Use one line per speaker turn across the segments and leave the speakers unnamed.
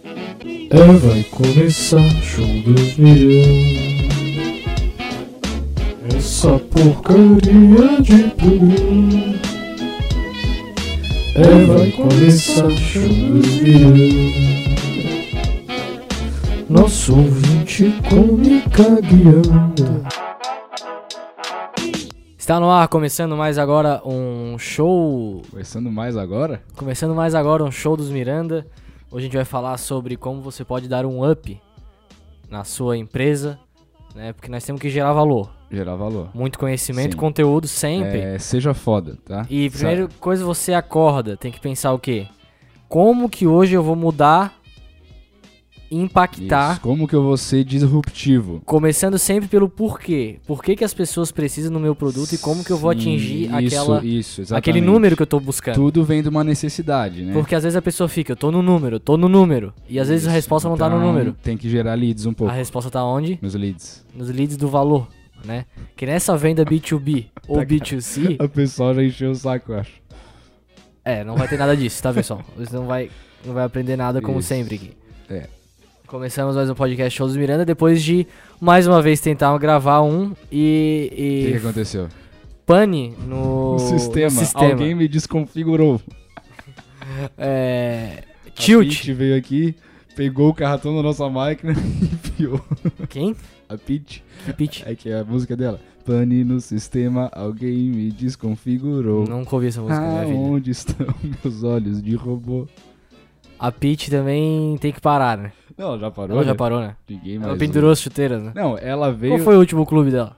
É, vai começar show do verão. Essa É porcaria de programa. É, vai começar show do verão. Nosso ouvinte cômica guiando.
Está no ar, começando mais agora um show.
Começando mais agora?
Começando mais agora um show dos Miranda. Hoje a gente vai falar sobre como você pode dar um up na sua empresa, né? Porque nós temos que gerar valor.
Gerar valor.
Muito conhecimento,
Sim.
conteúdo sempre.
É, seja foda, tá?
E primeira coisa, você acorda, tem que pensar o quê? Como que hoje eu vou mudar,
Sabe?
impactar,
Isso. Como que eu vou ser disruptivo?
começando sempre pelo porquê. Por que, que as pessoas precisam do meu produto e como que eu vou
Sim,
atingir
isso,
aquela,
Isso, exatamente.
aquele número que eu tô buscando.
Tudo vem de uma necessidade, né?
Porque às vezes a pessoa fica, eu tô no número, eu tô no número. E às vezes a
Isso.
resposta não tá no
Então,
número.
Tem que gerar leads um
A
pouco.
resposta tá onde?
Meus leads.
Nos leads do valor, né? Que nessa venda B2B ou B2C,
O pessoal já encheu o saco, eu acho.
é, não vai ter nada disso, tá, pessoal? Você não vai, não vai aprender nada como
Isso.
sempre aqui.
É.
Começamos mais um podcast Show dos Miranda, depois de mais uma vez tentar gravar um e,
O
e
que, que aconteceu?
pane no,
O um sistema.
no sistema.
Alguém me desconfigurou.
É,
A
tilt.
Pete veio aqui, pegou o carratão da nossa máquina e enfiou.
Quem?
A Pete.
Que pitch?
É que é a música dela. Pane no sistema, alguém me desconfigurou.
Nunca ouvi essa música
Ah,
na minha vida.
Aonde estão meus olhos de robô?
A Peach também tem que parar, né?
Não, ela já parou.
Ela já
né?
parou, né?
Ninguém mais.
Ela pendurou as chuteiras, né?
Não, ela
Qual
veio.
foi o último clube dela?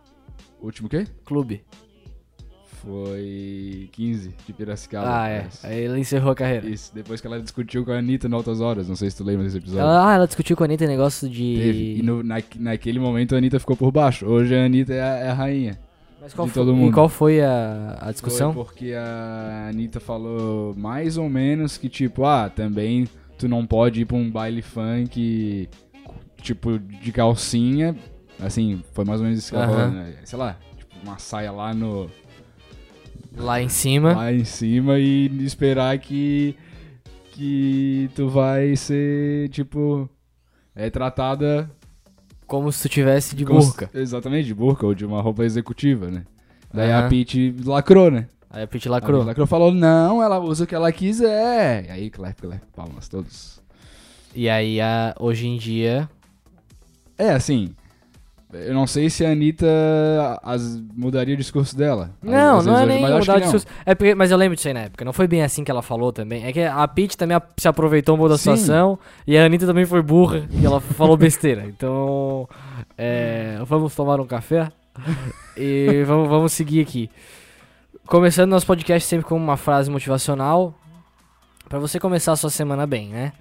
O último quê?
Clube.
Foi 15 de Piracicaba.
Ah, é.
parece.
Aí ela encerrou a carreira.
Isso, depois que ela discutiu com a Anitta em altas horas. Não sei se tu lembra desse episódio.
Ela, ah, ela discutiu com a Anitta negócio
Teve.
de.
E no- na- naquele momento a Anitta ficou por baixo. Hoje a Anitta é a, é a rainha.
Mas qual
de
foi,
todo
E
mundo.
qual foi a, a discussão?
Foi porque a Anitta falou mais ou menos que, tipo, ah, também tu não pode ir pra um baile funk, tipo, de calcinha. Assim, foi mais ou menos isso que ela
Aham.
falou, né? Sei lá, tipo, uma saia lá no.
Lá em cima.
lá em cima e esperar que. que tu vai ser, tipo. É tratada
Como se tu tivesse de
como se-
burca.
exatamente, de burca ou de uma roupa executiva, né? Daí
Aham.
a Pete lacrou, né?
Aí a Peach
A Cruz
lacrou.
Lacro falou, não, ela usa o que ela quiser. E aí, clap, clap, palmas todos.
E aí, a, hoje em dia.
É, assim, eu não sei se a Anitta as- mudaria o discurso dela. Às-
Não,
às
não é
vezes hoje,
nem
mas acho
mudar
que
de
não.
discurso. É porque, mas eu lembro disso aí na época. Não foi bem assim que ela falou também. É que a Peach também a- se aproveitou um pouco da
Sim.
situação. E a Anitta também foi burra. E ela falou besteira. Então. é, vamos tomar um café. E vamos, vamos seguir aqui. Começando nosso podcast sempre com uma frase motivacional. Pra você começar a sua semana bem, né?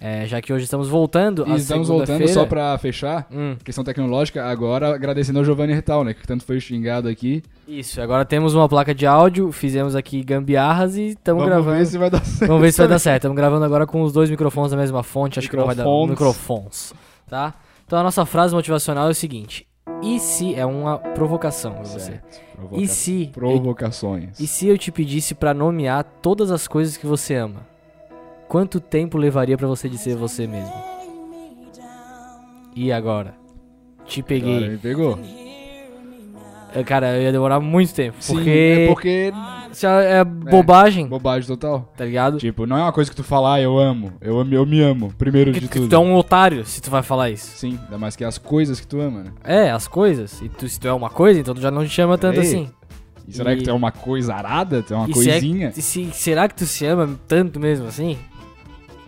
É, já que hoje estamos voltando.
E
à
estamos voltando
segunda-feira.
só pra fechar.
Hum,
Questão tecnológica, agora agradecendo ao Giovanni Hertal, né? Que tanto foi xingado aqui.
isso, agora temos uma placa de áudio. Fizemos aqui gambiarras e estamos
Vamos
gravando.
ver se vai dar certo.
Vamos ver se vai dar certo. Estamos gravando agora com os dois microfones da mesma fonte. Acho que não vai dar.
Microfones.
Microfones. Tá? Então a nossa frase motivacional é o seguinte: E se. É uma provocação pra você.
Certo.
E se. é,
Provocações.
E se eu te pedisse pra nomear todas as coisas que você ama? Quanto tempo levaria pra você dizer você mesmo? E agora? Te
Agora
peguei.
me pegou.
Eh, Cara, eu ia demorar muito tempo.
Sim,
porque.
é porque
Isso é bobagem,
bobagem total.
tá ligado?
Tipo, não é uma coisa que tu falar, eu amo. Eu, amo, eu me amo, primeiro
Que,
de
que
tudo.
tu é um otário se tu vai falar isso.
Sim, ainda mais que é as coisas que tu ama, né?
É, as coisas. E tu, se tu é uma coisa, então tu já não te chama tanto
Ei,
assim.
E será
E-
que tu é uma coisa arada? Tu é uma
E se é-
coisinha?
e se- será que tu se ama tanto mesmo assim?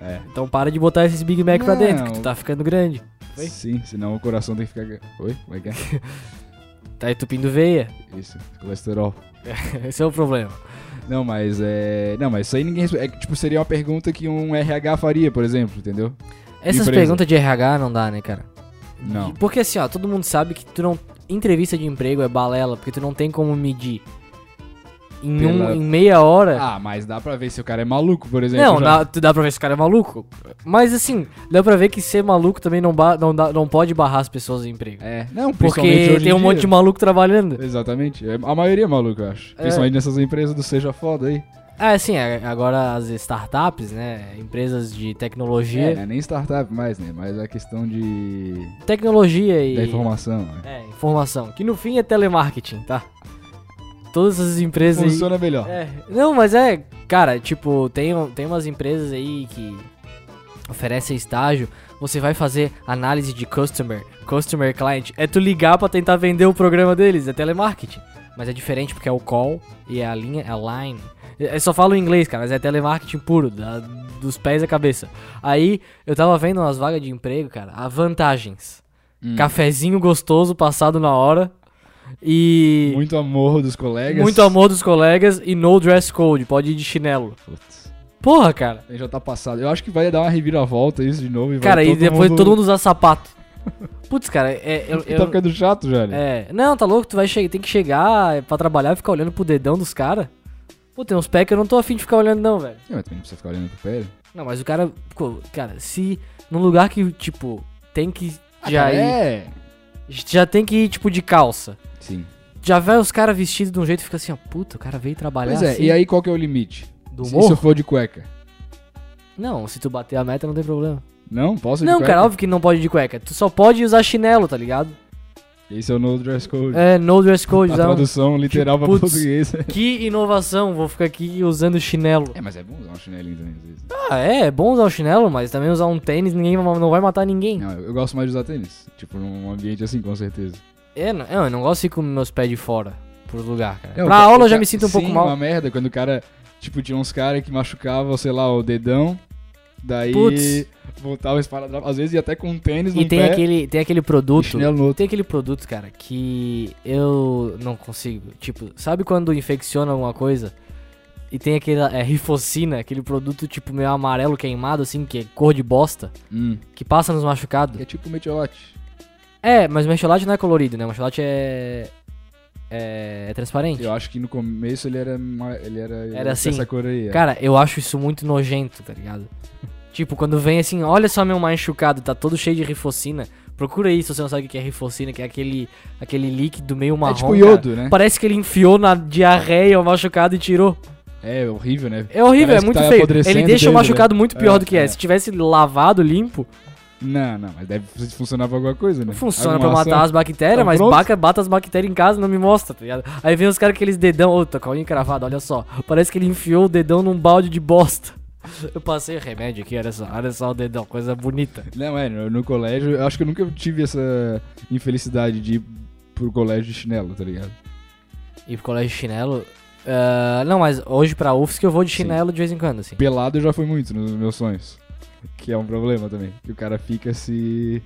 É.
Então para de botar esses Big Mac pra
Não.
dentro, que tu tá ficando grande. Oi?
Sim, senão o coração tem que ficar. Oi? Como é que é?
Tá entupindo veia.
Isso, colesterol.
Esse é o problema.
Não, mas é. Não, mas isso aí ninguém. responde. É que, tipo, seria uma pergunta que um RH faria, por exemplo, entendeu?
Essas
Empresa.
perguntas de RH não dá, né, cara?
Não.
Porque assim, ó, todo mundo sabe que tu não. Entrevista de emprego é balela, porque tu não tem como medir. Em, um-
Pela-
em meia hora.
Ah, mas dá pra ver se o cara é maluco, por exemplo.
Não,
já.
dá, tu dá pra ver se o cara é maluco. Mas assim, dá pra ver que ser maluco também não, ba- não, dá- não pode barrar as pessoas do emprego.
É. Não, principalmente
Porque
hoje
tem
em
um monte de
dia.
maluco trabalhando.
Exatamente. É, A maioria é maluca, eu acho.
É.
Principalmente nessas empresas do Seja Foda aí.
É, assim, é, agora as startups, né? Empresas de
É,
tecnologia.
né, nem startup mais, né? Mas a questão de.
Tecnologia e.
da informação. né.
É, informação. Que no fim é telemarketing, tá? Todas essas empresas aí-
Funciona melhor.
É, não, mas é, cara, tipo, tem, tem umas empresas aí que oferecem estágio, você vai fazer análise de customer, customer client, é tu ligar pra tentar vender o programa deles, é telemarketing. Mas é diferente porque é o call e é a linha, é a line. Eu só falo em inglês, cara, mas é telemarketing puro, da- dos pés à cabeça. Aí eu tava vendo umas vagas de emprego, cara, a vantagens.
Hum.
Cafezinho gostoso passado na hora. E.
Muito amor dos colegas.
Muito amor dos colegas e no dress code, pode ir de chinelo.
Putz.
Porra, cara.
Aí já tá passado. Eu acho que vai dar uma reviravolta isso de novo. E
Cara,
vai
e
todo
depois
mundo...
todo mundo usar sapato. Putz, cara, é. Eu,
Tá
eu-
ficando chato, velho.
é. Não, tá louco, tu vai chegar, tem que chegar é, pra trabalhar e ficar olhando pro dedão dos caras. Pô, tem uns pés que eu não tô afim de ficar olhando, não, velho.
É, mas também não precisa ficar olhando pro pé.
Não, mas o cara. pô, Cara, se. Num lugar que, tipo, tem que. Já,
Ah, cara,
ir,
é.
já tem que ir, tipo, de calça.
Sim.
Já vai os caras vestidos de um jeito e fica assim, ó, puta, o cara veio trabalhar
Pois é,
assim,
e aí qual que é o limite?
do
se, se eu
morro.
for de cueca.
Não, se tu bater a meta não tem problema.
Não? Posso ir de
Não,
cueca?
cara, óbvio que não pode ir de cueca. Tu só pode usar chinelo, tá ligado?
Esse é o no dress code.
É, no dress code.
a
tá?
tradução literal pra
Putz.
português.
Que inovação, vou ficar aqui usando chinelo.
É, mas é bom usar um chinelinho também, às vezes.
Ah, é, é bom usar o chinelo, mas também usar um tênis ninguém vai- não vai matar ninguém.
Não, eu eu gosto mais de usar tênis. Tipo, num ambiente assim, com certeza.
É, não, eu não gosto de ir com meus pés de fora pro lugar, cara.
Não,
pra
É, o ca-
aula
o
eu já
ca-
me sinto um
sim,
pouco
uma
mal.
merda quando o cara, tipo, tinha uns caras que machucavam, sei lá, o dedão. Daí
Putz.
voltava o esparadrapo. Às vezes ia até com um tênis
E
num
tem
pé
aquele, tem aquele
e
produto.
chinelo no outro.
Tem aquele produto, cara, que eu não consigo. Tipo, sabe quando infecciona alguma coisa? E tem aquela é, rifocina, aquele produto tipo meio amarelo queimado, assim, que é cor de bosta,
Hum.
que passa nos machucados.
É tipo metiolate.
É, mas o mercholate não é colorido, né? O mercholate é. É, é transparente.
Eu acho que no começo ele era ma- ele era, ele
assim.
essa cor aí. é.
Cara, eu acho isso muito nojento, tá ligado? Tipo, quando vem assim, olha só meu machucado, tá todo cheio de rifocina. Procura aí se você não sabe o que é rifocina, que é aquele, aquele líquido meio marrom.
é tipo
cara.
iodo, né?
Parece que ele enfiou na diarreia o machucado e tirou.
É horrível, né?
É horrível, é
Parece que
muito
tá
feio.
apodrecendo
Ele deixa
o
o
dedo,
machucado muito pior
É,
do que é.
é.
Se tivesse lavado, limpo,
Não, não, mas deve funcionar pra alguma coisa, né?
funciona
Alguma
pra matar
ação.
as bactérias,
Então,
mas
pronto.
baca, bata as bactérias em casa e não me mostra, tá ligado? Aí vem os caras com aqueles dedão, ô, tô com a unha encravada, olha só. Parece que ele enfiou o dedão num balde de bosta. Eu passei o remédio aqui, olha só, olha só o dedão, coisa bonita.
Não, é, no, no colégio, eu acho que eu nunca tive essa infelicidade de ir pro colégio de chinelo, tá ligado?
E pro colégio de chinelo. ah, não, mas hoje pra UFSC eu vou de
Sim.
chinelo de vez em quando, assim.
Pelado eu já fui muito nos meus sonhos. Que é um problema também. Que o cara fica se.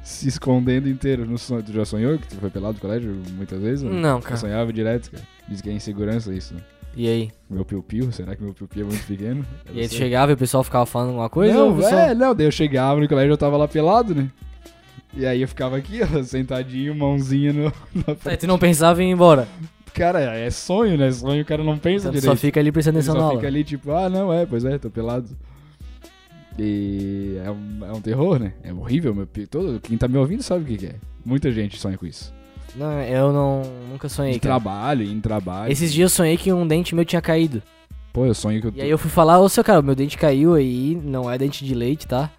se escondendo inteiro no sonho. Tu já sonhou que tu foi pelado no colégio muitas vezes? ou
Não,
Eu
cara.
sonhava direto, cara. Diz que é insegurança isso, né?
E aí?
Meu piu-piu, será que meu piu-piu é muito pequeno? Eu
E aí tu
sei.
chegava e o pessoal ficava falando alguma coisa? ou o
Não,
pessoal-
é, não, daí eu chegava no colégio eu tava lá pelado, né? E aí eu ficava aqui, ó, sentadinho, mãozinha no. na
Aí tu
frente.
não pensava em ir embora.
Cara, é sonho, né? Sonho o cara não pensa
Então tu
direito.
só fica ali prestando
Ele
atenção
só
na
fica
aula.
ali tipo, ah, não, é, pois é, tô pelado. E é um, é um terror, né? É horrível. Meu, pi- todo, quem tá me ouvindo sabe o que, que é. Muita gente sonha com isso.
Não, eu não, nunca sonhei,
De
cara.
trabalho, em trabalho.
Esses dias eu sonhei que um dente meu tinha caído.
Pô, eu sonho que eu tô.
E aí eu fui falar, ô seu cara, meu dente caiu aí, não é dente de leite, tá?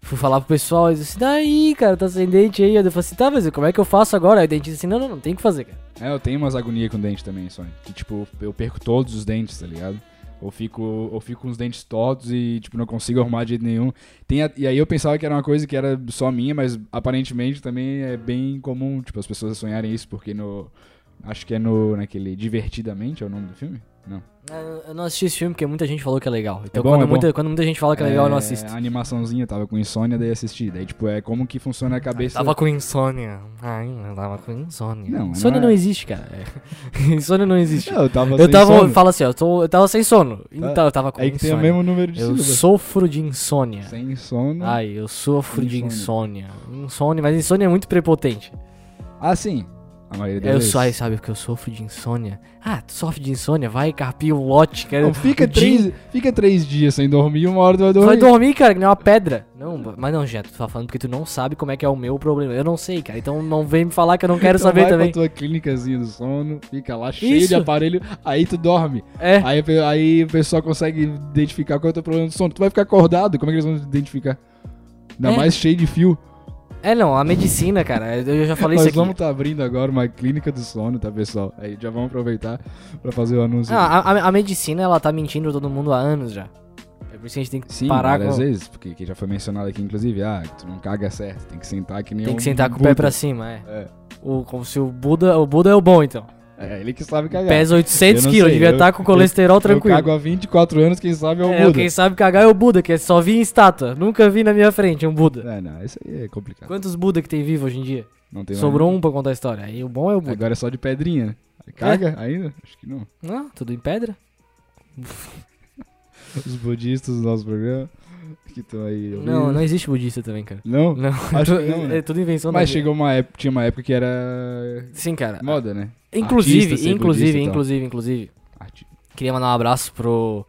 Fui falar pro pessoal, eles assim, daí, cara, tá sem dente aí. Eu falei assim, tá, mas como é que eu faço agora? Aí o dentista assim, não, não, não tem o que fazer, cara.
É, eu tenho umas agonia com dente também, sonho. Que tipo, eu perco todos os dentes, tá ligado? Ou fico, ou fico com os dentes tortos e, tipo, não consigo arrumar de jeito nenhum. Tem a- e aí eu pensava que era uma coisa que era só minha, mas aparentemente também é bem comum, tipo, as pessoas sonharem isso, porque no. Acho que é no. naquele. Divertidamente é o nome do filme? Não.
É, Eu- Eu não assisti esse filme porque muita gente falou que é legal. Então
bom,
quando,
é bom.
muita, quando muita gente fala que é legal, eu não
É,
assisto.
A animaçãozinha, tava com insônia, daí assisti. Daí, tipo, é como que funciona a cabeça.
Tava com insônia. Ai, eu tava com insônia.
Não,
insônia
não
não,
é-
existe, cara. É. insônia não existe.
Não, eu tava.
eu
sem
tava,
sono.
fala assim, ó, eu, tô- eu tava sem sono. Então eu tava com
Aí que tem o
insônia.
mesmo número de
eu
sílabas.
sofro de insônia.
Sem sono.
Ai, eu sofro de
Hum? Insônia.
insônia. Insônia, mas insônia é muito prepotente.
Ah, sim. A maioria das
Eu
vezes.
só aí, sabe, porque eu sofro de insônia. Ah, tu sofre de insônia? Vai carpir um lote, cara.
Não, fica,
O dia
três, fica três dias sem dormir, uma hora tu vai
Tu
dormir.
vai dormir, cara, que nem uma pedra. Não, mas não, Jeto, tu tá falando porque tu não sabe como é que é o meu problema. Eu não sei, cara. Então não vem me falar que eu não quero
Então
saber
vai
também.
pra tua clínicazinha do sono, fica lá cheio de
Isso.
aparelho, aí tu dorme.
É.
Aí, a pe- aí o pessoal consegue identificar qual é o teu problema do sono. Tu vai ficar acordado, como é que eles vão te identificar? Ainda
É.
mais cheio de fio.
É, não, a medicina, cara. Eu já falei
Nós
isso aqui.
vamos estar abrindo agora uma clínica do sono, tá, pessoal? Aí já vamos aproveitar pra fazer o anúncio.
Não, Ah, a, a- a medicina, ela tá mentindo todo mundo há anos já. É por isso que a gente tem que
Sim,
parar com.
várias vezes, porque que já foi mencionado aqui, inclusive, ah, que tu não caga certo, tem que sentar que nem
Tem
um
que sentar com o
Buda.
pé pra cima, é.
É.
O, como se o Buda. O Buda é o bom, então.
É, ele que sabe cagar.
Pesa 800
Eu não
quilos,
sei,
devia
eu-
estar com o colesterol tranquilo.
Eu cago há 24 anos, quem sabe é o
É,
Buda.
quem sabe cagar é o Buda, que é só vi em estátua. Nunca vi na minha frente um Buda.
Não, não, isso aí é complicado.
Quantos Buda que tem vivo hoje em dia?
Não tem mais-
Sobrou um pra contar a história. Aí o bom é o Buda.
Agora é só de pedrinha. né? Caga
É.
ainda? Acho que não.
Não, tudo em pedra?
Os budistas do nosso programa que estão aí. ouvindo.
Não, não existe budista também, cara.
Não?
Não,
Acho que não, né?
é tudo invenção da
Mas
vida.
chegou uma época, tinha uma época que era
Sim, cara.
moda, né?
Inclusive,
artista ser budista então.
inclusive,
e tal.
inclusive, inclusive.
Arte.
Queria mandar um abraço pro.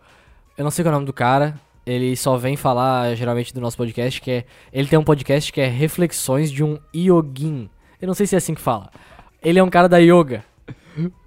Eu não sei qual é o nome do cara. Ele só vem falar geralmente do nosso podcast, que é. Ele tem um podcast que é Reflexões de um Yogin. Eu não sei se é assim que fala. Ele é um cara da yoga.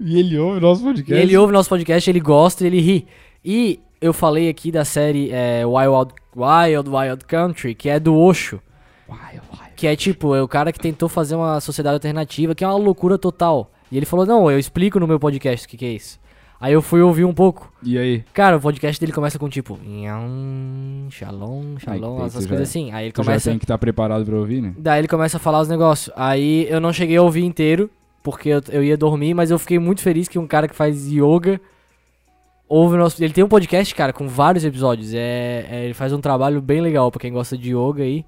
E ele ouve o nosso
E
podcast.
ele ouve nosso podcast, ele gosta e ele ri. E eu falei aqui da série é, Wild, Wild Wild Country, que é do Osho.
Uai, uai.
Que é tipo, é o cara que tentou fazer uma sociedade alternativa, que é uma loucura total. E ele falou, não, eu explico no meu podcast o que, que é isso. Aí eu fui ouvir um pouco.
E aí?
Cara, o podcast dele começa com tipo, nham, shalom, shalom,
tem,
essas
tu
coisas
já-
assim. Aí ele
Tu já
começa.
tem que estar preparado pra ouvir, né?
Daí ele começa a falar os negócios. Aí eu não cheguei a ouvir inteiro, porque eu, eu ia dormir, mas eu fiquei muito feliz que um cara que faz yoga ouve o nosso. Ele tem um podcast, cara, com vários episódios. É, é- ele faz um trabalho bem legal pra quem gosta de yoga aí.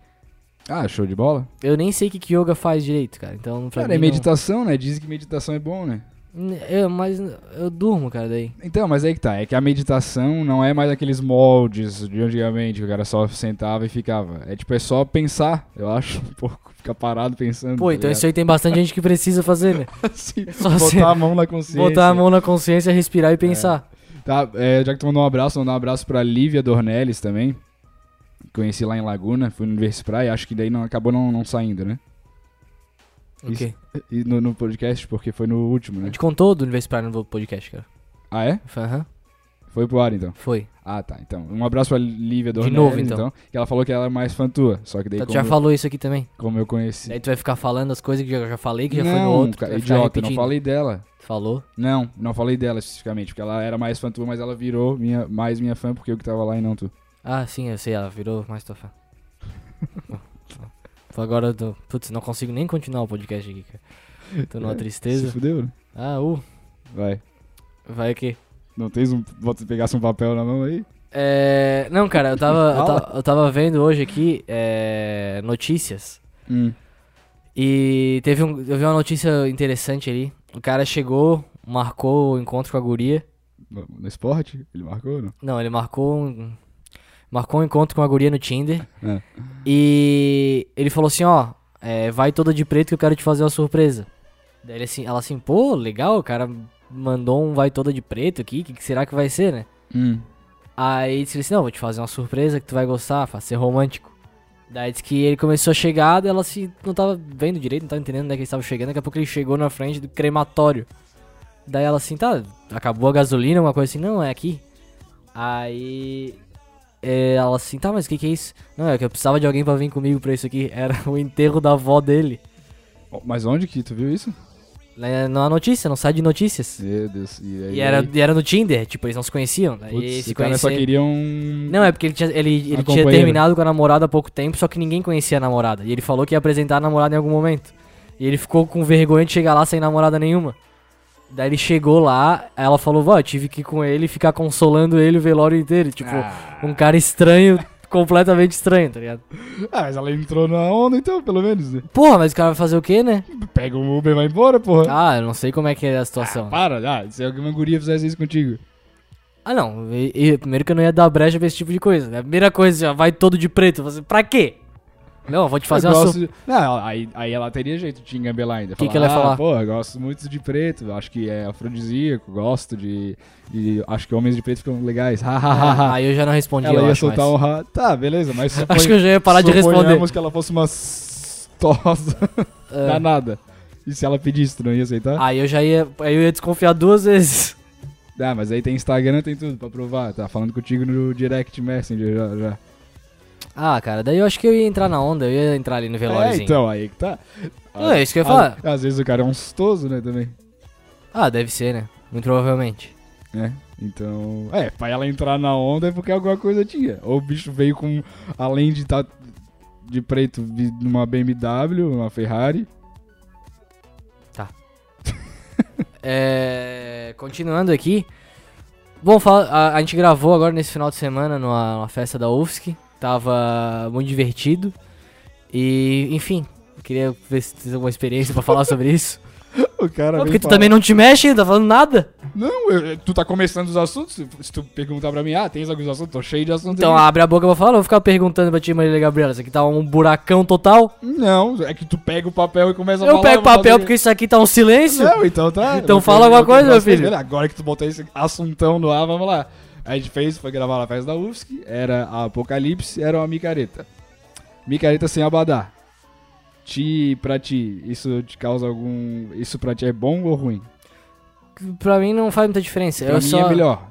Ah, show de bola.
Eu nem sei o que, que yoga faz direito, cara. Então, pra
Cara,
mim,
é
não-
meditação, né? Dizem que meditação é bom, né?
N- Eu, mas eu durmo, cara, daí.
Então, mas aí que tá. É que a meditação não é mais aqueles moldes de antigamente, que o cara só sentava e ficava. É tipo, é só pensar, eu acho, um pouco. Ficar parado pensando.
Pô,
tá
então
ligado?
isso aí tem bastante gente que precisa fazer, né?
Assim,
Só
botar
você-
a mão na consciência.
Botar a mão na consciência, respirar e
É.
pensar.
Tá, é, já que tu mandou um abraço, mandar um abraço pra Lívia Dornelles também. Conheci lá em Laguna, fui no Universo Praia, acho que daí não, acabou não, não saindo, né?
O
Isso.
quê?
E no, no podcast, porque foi no último,
A
né?
gente contou do Universo Praia no podcast, cara.
Ah, é?
Foi, aham.
Foi pro ar então.
Foi.
Ah, tá. Então, um abraço pra Lívia Dornelles,
novo,
então.
então.
Que ela falou que ela é mais fã tua, só que daí
Tá, tu
como,
já
eu-
falou isso aqui também.
como eu conheci.
Daí tu vai ficar falando as coisas que eu já falei, que já foi no
não,
outro.
cara,
tu vai ficar
idiota, não
repetindo.
falei dela.
Tu Falou?
Não, não falei dela especificamente, porque ela era mais fã tua, mas ela virou minha, mais minha fã porque eu que tava lá e não tu.
Ah, sim, eu sei, ela virou mais tua fã. Pô, Agora eu tô. Putz, não consigo nem continuar o podcast aqui, cara. Tô numa
É, Se
tristeza.
fudeu, né?
Ah, uh,
Vai.
vai aqui.
Não tens um. Bota, pegasse um papel na mão aí?
É. Não, cara, eu tava, eu
Fala.
tava, eu tava vendo hoje aqui é, notícias.
Hum.
E teve um, eu vi uma notícia interessante ali. O cara chegou, marcou o encontro com a guria.
No, no esporte? Ele marcou ou não?
Não, ele marcou um, marcou um encontro com a guria no Tinder.
É.
E ele falou assim, ó, é, vai toda de preto que eu quero te fazer uma surpresa. Daí ele assim, ela assim, pô, legal, o cara mandou um vai toda de preto aqui, o que, que será que vai ser, né? Aí disse ele assim, não, vou te fazer uma surpresa que tu vai gostar, faz ser romântico. Daí disse que ele começou a chegar, daí ela se não tava vendo direito, não tava entendendo onde é que ele estava chegando, daqui a pouco ele chegou na frente do crematório. Daí ela assim, tá, acabou a gasolina, uma coisa assim, não, é aqui. Aí é, ela assim, tá, mas o que que é isso? Não, é que eu precisava de alguém pra vir comigo pra isso aqui, era o enterro da avó dele.
Oh, Mas onde que tu viu isso?
Na, na notícia, não sai de notícias.
Meu Deus. E, aí,
E era, e era no Tinder, tipo, eles não se conheciam. Daí
Putz,
se
o cara só
conheceram.
queria um.
Não, é porque ele tinha, ele, ele tinha
companheira.
terminado com a namorada há pouco tempo, só que ninguém conhecia a namorada. E ele falou que ia apresentar a namorada em algum momento. E ele ficou com vergonha de chegar lá sem namorada nenhuma. Daí ele chegou lá, ela falou, vó, eu tive que ir com ele e ficar consolando ele o velório inteiro. Tipo,
Ah.
um cara estranho, completamente estranho, tá ligado?
Ah, mas ela entrou na onda então, pelo menos. né?
Porra, mas o cara vai fazer o quê, né?
Pega o Uber e vai embora, porra.
Ah, eu não sei como é que é a situação.
Para, ah, se alguma guria fizesse isso contigo.
Ah, não, e- e primeiro que eu não ia dar brecha pra esse tipo de coisa. né? A primeira coisa, já vai todo de preto. Você, pra assim, quê? Não, eu vou te fazer
eu
uma
gosto
sur...
de- Não, aí, aí ela teria jeito de te engabelar ainda. O
Que que ela ia falar?
"Ah, Pô, eu gosto muito de preto, acho que é afrodisíaco, gosto de. de- acho que homens de preto ficam legais. Ha, ha, ha, ha.
Aí eu já não respondi,
Ah, Ela
eu
ia
acho
soltar
mais.
um ha. Tá, beleza, mas supõe,
Acho que eu já ia parar de responder.
suponhamos que ela fosse uma tosa
É. Ah.
danada. E se ela pedisse, tu não ia aceitar?
Aí eu já ia. Aí eu ia desconfiar duas vezes.
Ah, mas aí tem Instagram, tem tudo pra provar. Tá falando contigo no direct messenger já. já.
Ah, cara, daí eu acho que eu ia entrar na onda, eu ia entrar ali no velóriozinho.
É, então, aí que tá.
Não, é isso que eu ia falar.
Às, às vezes o cara é um sustoso, né, também.
Ah, deve ser, né? Muito provavelmente.
né? Então, é, pra ela entrar na onda é porque alguma coisa tinha. Ou o bicho veio com, além de estar de preto, vi- numa BMW, uma Ferrari.
É, continuando aqui. Bom, fala- a, a gente gravou agora nesse final de semana numa, numa festa da UFSC. Tava muito divertido. E, enfim, queria ver se tem alguma experiência pra falar sobre isso.
O cara
Não,
vem
porque tu
falar,
também não te mexe, não tá falando nada.
Não, eu- eu- tu tá começando os assuntos. Se, se tu perguntar pra mim, ah, tens alguns assuntos? Tô cheio de assuntos.
Então
aqui.
abre a boca pra falar, eu vou ficar perguntando pra ti, Marília Gabriela. Isso aqui tá um buracão total.
Não, é que tu pega o papel e começa a
Eu
falar.
pego
vou
papel
fazer-
porque isso aqui tá um silêncio.
Não, então tá.
Então
Vou
fala
ter-
alguma
vou ter
coisa, meu
bastante-
filho.
Agora que tu botou esse assuntão no ar, vamos lá. A gente fez, foi gravar na festa da UFSC, era a Apocalipse, era uma micareta. Micareta sem abadá. Ti, pra ti, isso te causa algum... Isso pra ti é bom ou ruim?
Pra mim não faz muita diferença.
Pra
eu
mim
só...
é melhor.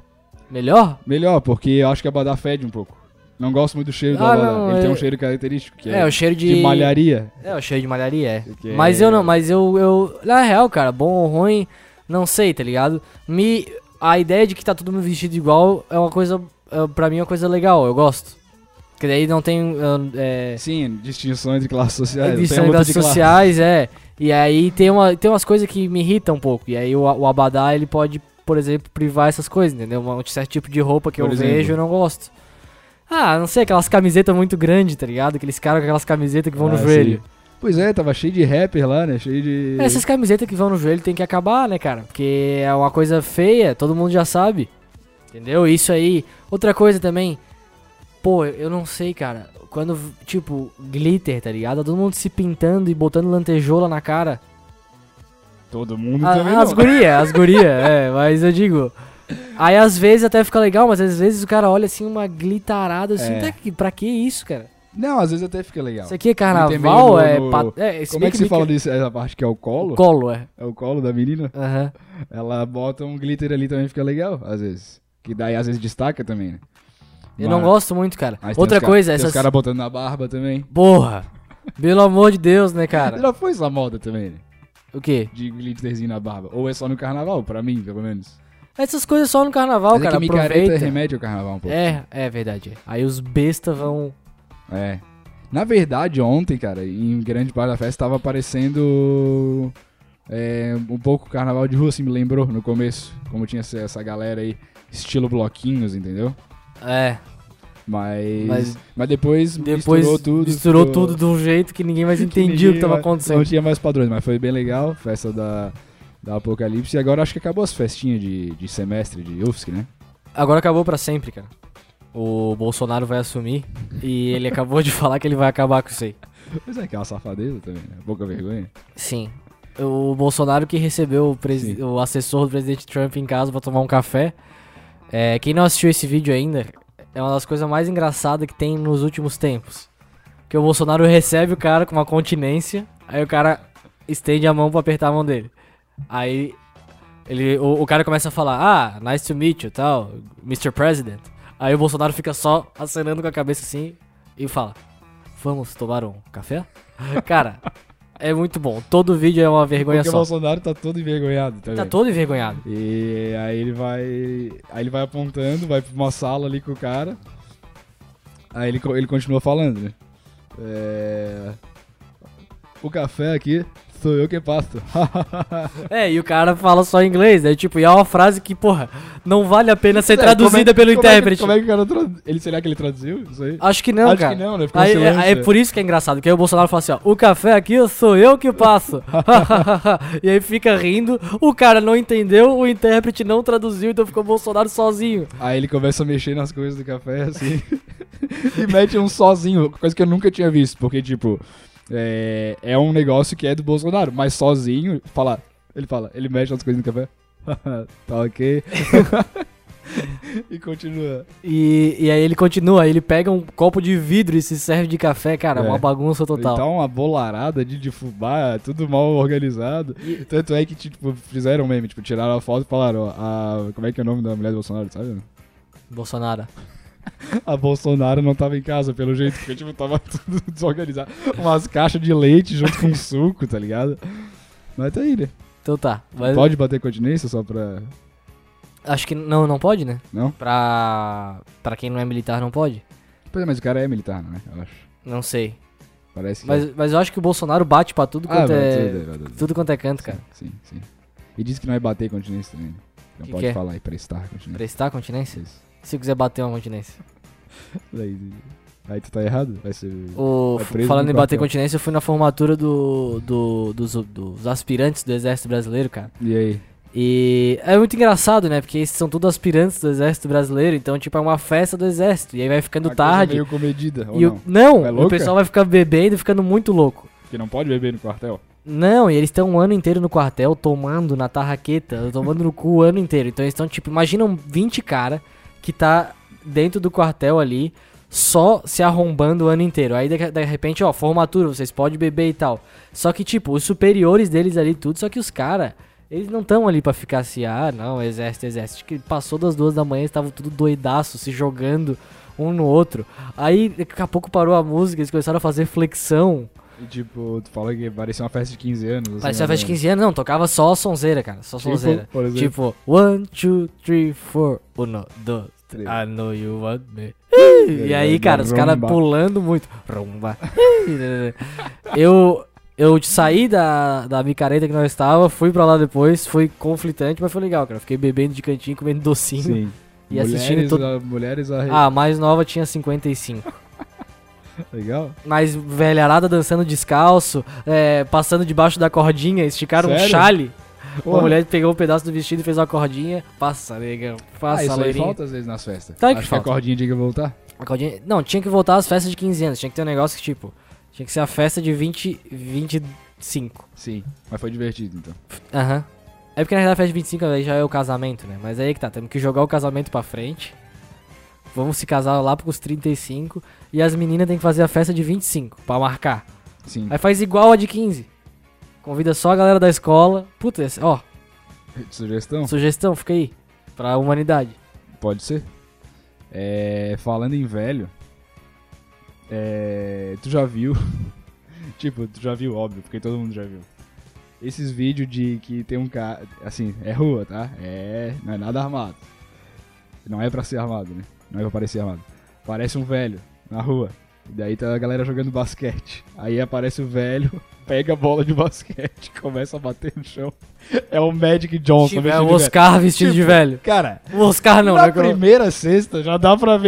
Melhor?
Melhor, porque eu acho que abadá fede um pouco. Não gosto muito do cheiro do
Ah,
abadá.
não,
Ele tem
é-
um cheiro característico, que
É,
é,
o cheiro de.
de malharia.
É, o cheiro de malharia, é.
Que
Mas
é-
eu não, mas eu, eu. Na real, cara, bom ou ruim, não sei, tá ligado? Me. A ideia de que tá todo mundo vestido igual é uma coisa. é, Pra mim é uma coisa legal, eu gosto. Porque daí não tem. ah, É,
Sim, distinção entre classes sociais.
é,
tem a
das
luta de classes.
sociais, é. E aí tem, uma, tem umas coisas que me irritam um pouco. E aí o, o Abadá, ele pode, por exemplo, privar essas coisas, entendeu? Um certo tipo de roupa que
Por
eu
exemplo?
vejo eu não gosto. Ah, não sei, aquelas camisetas muito grandes, tá ligado? Aqueles caras com aquelas camisetas que vão no
Ah,
joelho. É,
sim. Pois é, tava cheio de rapper lá, né? Cheio de.
Essas camisetas que vão no joelho tem que acabar, né, cara? Porque é uma coisa feia, todo mundo já sabe. Entendeu? Isso aí. Outra coisa também. Pô, eu não sei, cara. Quando, tipo, glitter, tá ligado? Todo mundo se pintando e botando lantejola na cara.
Todo mundo
A-
também
Ah, as
não.
gurias, as gurias, é, mas eu digo. Aí às vezes até fica legal, mas às vezes o cara olha assim uma glitarada assim,
É.
tá que- pra que isso, cara?
Não, às vezes até fica legal.
Isso aqui é
tem meio
carnaval,
no-
é,
no-
pat- é,
Como é que se
bica-
fala disso? Essa parte que é o colo?
Colo, é.
É o colo da menina?
Aham.
Ela bota um glitter ali também, fica legal, às vezes. Que daí às vezes destaca também, né?
Eu não
Mas-
gosto muito, cara.
mas tem
Outra
os cara-
coisa,
tem
essas
Os caras botando na barba também.
Porra! Pelo amor de Deus, né, cara?
Já foi essa moda também, né?
O quê?
De glitterzinho na barba. Ou é só no carnaval, pra mim, pelo menos.
Essas coisas só no carnaval,
Mas é
cara.
que micareta é
Aproveita.
remédio ao carnaval um pouco.
É, é verdade. Aí os besta vão.
É. Na verdade, ontem, cara, em grande parte da festa, tava parecendo é, um pouco carnaval de rua, assim, me lembrou no começo. Como tinha essa- essa galera aí, estilo bloquinhos, entendeu?
É,
Mas.
Mas-
Mas, depois,
depois
misturou tudo.
misturou
ficou-
tudo de um jeito que ninguém mais
que
entendia o que
ninguém
tava
mais-
acontecendo.
Não tinha mais padrões, mas foi bem legal, festa da, da Apocalipse. E agora acho que acabou as festinhas de, de semestre de UFSC, né?
Agora acabou pra sempre, cara. O Bolsonaro vai assumir e ele acabou de falar que ele vai acabar com isso aí.
Mas é aquela safadeza também, né? Pouca vergonha.
Sim. O Bolsonaro que recebeu o, presi-
Sim.
o assessor do presidente Trump em casa pra tomar um café. É, quem não assistiu esse vídeo ainda, é uma das coisas mais engraçadas que tem nos últimos tempos. Que o Bolsonaro recebe o cara com uma continência, aí o cara estende a mão pra apertar a mão dele. Aí ele, o, o cara começa a falar, ah, nice to meet you, tal, Mr. President. Aí o Bolsonaro fica só acenando com a cabeça assim e fala, vamos tomar um café? cara, é muito bom. Todo vídeo é uma vergonha
Porque o
só.
Bolsonaro tá todo envergonhado também.
Tá todo envergonhado.
E aí ele vai. Aí ele vai apontando, vai pra uma sala ali com o cara. Aí ele, co- ele continua falando, né? É, O café aqui Sou eu que passo.
É, e o cara fala só inglês, é tipo, e é uma frase que, porra, não vale a pena ser
É,
traduzida
como
pelo
é- como é que-
intérprete.
Como é que o cara tradu- ele Será que ele traduziu isso aí?
Acho que não,
Acho
cara.
que não, né? Ficou um
Aí, é,
silêncio.
aí é por isso que é engraçado, que aí o Bolsonaro fala assim, ó, o café aqui sou eu que passo. e aí fica rindo, o cara não entendeu, o intérprete não traduziu, então ficou o Bolsonaro sozinho.
Aí ele começa a mexer nas coisas do café, assim. e mete um sozinho, coisa que eu nunca tinha visto, porque, tipo, é, é um negócio que é do Bolsonaro, mas sozinho, fala. Ele fala, ele mexe nas coisas do café. tá ok. e continua.
E, e aí ele continua, ele pega um copo de vidro e se serve de café, cara, é. uma
É.
bagunça total.
Então, uma bolarada de, de fubá, tudo mal organizado. Tanto é que, tipo, fizeram um meme, tipo, tiraram a foto e falaram, ó, a- como é que é o nome da mulher do Bolsonaro, sabe?
Bolsonaro.
A Bolsonaro não tava em casa, pelo jeito, porque, tipo, tava tudo desorganizado. Umas caixas de leite junto com suco, tá ligado? Mas tá aí, né?
Então tá. Mas
Pode bater continência só pra...
Acho que não, não pode, né?
Não?
Pra, pra quem não é militar não pode?
Pois é, mas o cara é militar, né? Eu acho.
Não sei.
Parece que... é-
Mas, mas eu acho que o Bolsonaro bate pra tudo
ah,
quanto
vai,
é.
tudo, vai, tudo,
Tudo quanto é canto, cara.
Sim, sim. E diz que não é bater continência também. Não
Que
pode
que é?
falar e prestar continência.
Prestar continência?
Isso.
Se quiser bater uma continência.
Aí, aí tu tá errado? Vai ser...
O,
Vai Tá preso
falando
no
em bater
quartel.
continência, eu fui na formatura do, do- dos, dos aspirantes do Exército Brasileiro, cara.
E aí?
E é muito engraçado, né? Porque esses são todos aspirantes do Exército Brasileiro, então, tipo, é uma festa do Exército. E aí vai ficando
Uma coisa é
tarde.
meio comedida, ou
e
não?
O, não,
É
e o
louca?
pessoal vai ficar bebendo e ficando muito louco.
Porque não pode beber no quartel.
Não, e eles estão um ano inteiro no quartel tomando na tarraqueta, tomando no cu o ano inteiro. Então eles estão, tipo, imaginam 20 cara que tá dentro do quartel ali, só se arrombando o ano inteiro. Aí de, de repente, ó, formatura, vocês podem beber e tal. Só que, tipo, os superiores deles ali, tudo, só que os cara, eles não estão ali pra ficar assim, ah, não, exército, exército. Acho Que passou das duas da manhã, eles estavam tudo doidaço, se jogando um no outro. Aí, daqui a pouco parou a música, eles começaram a fazer flexão.
E tipo, tu fala que parecia uma festa de 15 anos. assim,
Parecia
mais ou
festa de 15 anos, não, tocava só sonzeira, cara, só
menos.
sonzeira.
Tipo, por exemplo.
Tipo, one, two, three, four, uno, dois, três,
Três.
I know you want me.
Ele
E aí,
vai
cara,
dar
os caras
rumba.
pulando muito. Rumba. Eu, eu saí da, da micareta que nós estava, fui pra lá depois, foi conflitante, mas foi legal, cara. Fiquei bebendo de cantinho, comendo docinho.
Sim.
E assistindo todo-
a- mulheres a...
Ah, a mais nova tinha 55. Ah.
Legal?
Mas velharada dançando descalço, é, passando debaixo da cordinha, esticaram um
Sério?
chale. Uma
Porra.
mulher pegou um pedaço do vestido e fez uma cordinha. Passa, negão.
Ah,
Passa,
isso aí
loirinho.
falta às vezes nas festas.
Tá, que
Acho que, a
falta. um tipo,
então.
É né? tá. É.
É, é, Tipo, um assim, é tá? é né? um tá É né?
é
é um tá "Oh
É, Ah. É, tá É né? é assim, "Ah, é
Tipo. é, é assim né, tá é um É Tipo, tá É um Tipo, tá é é tipo Tipo, Então, é, Vamos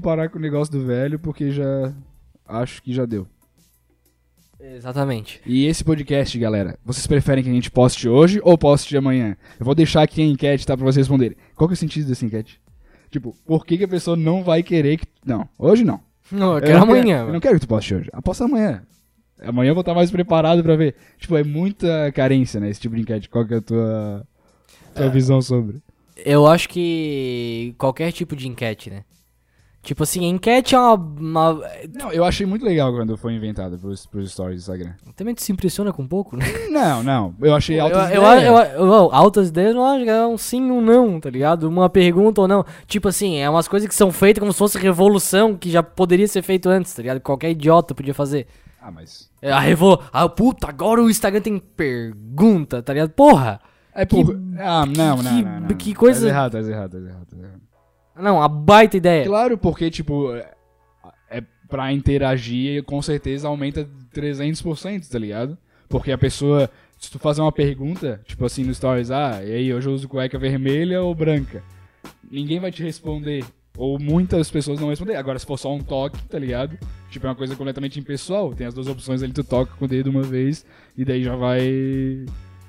parar com o negócio do velho, porque já. Acho que já deu.
Exatamente.
E esse podcast, galera, vocês preferem que a gente poste hoje ou poste amanhã? Eu vou deixar aqui a enquete, tá? Pra vocês responderem. Qual que é o sentido dessa enquete? Tipo, por que, que a pessoa não vai querer que. Não, hoje não.
Não, eu
Eu
quero
não
amanhã.
eu
mano.
não quero que tu poste hoje. Aposta amanhã. Amanhã eu vou estar mais preparado pra ver. Tipo, é muita carência, né? Esse tipo de enquete. Qual que é a tua, tua visão sobre?
Eu acho que qualquer tipo de enquete, né? Tipo assim, enquete é uma. uma...
Não, eu achei muito legal quando foi inventada pros, pros stories do Instagram.
Também tu se impressiona com um pouco, né?
Não, não. Eu achei
Eu,
altas
eu,
ideias.
eu, eu- eu- altas ideias eu acho que é um sim ou um não, tá ligado? Uma pergunta ou não. Tipo assim, é umas coisas que são feitas como se fosse revolução que já poderia ser feito antes, tá ligado? Qualquer idiota podia fazer.
Ah, mas.
É, A revol... Ah, puta, agora o Instagram tem pergunta, tá ligado? Porra!
É por... Ah, não, não,
que-
não, não.
que coisa-
Tá errado, tá errado, tá errado. Tá errado.
Não, a baita ideia.
Claro, porque, tipo, é é pra interagir, com certeza aumenta 300%, tá ligado? Porque a pessoa, se tu fazer uma pergunta, tipo assim, no Stories, ah, e aí, hoje eu uso cueca vermelha ou branca? Ninguém vai te responder. Ou muitas pessoas não vão responder. Agora, se for só um toque, tá ligado? Tipo, é uma coisa completamente impessoal. Tem as duas opções ali, tu toca com o dedo uma vez e daí já vai.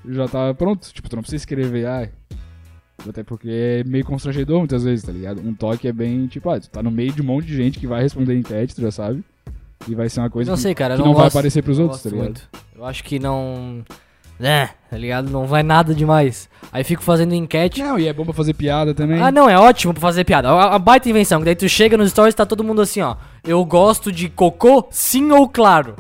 Já tá pronto. Tipo, tu não precisa escrever, ah, até porque é meio constrangedor muitas vezes, tá ligado? Um toque é bem, tipo, ah, tu tá no meio de um monte de gente que vai responder enquete, tu já sabe. E vai ser uma coisa
não
que,
sei, cara. eu
que
não,
não vai
gosto-
aparecer pros
não
outros, tá
gosto
ligado?
muito. Eu acho que não. É, tá ligado? Não vai nada demais. Aí fico fazendo enquete.
Não, e é bom pra fazer piada também.
Ah, não, é ótimo pra fazer piada. A, a baita invenção. que Daí tu chega nos stories e tá todo mundo assim, ó. Eu gosto de cocô, sim ou claro.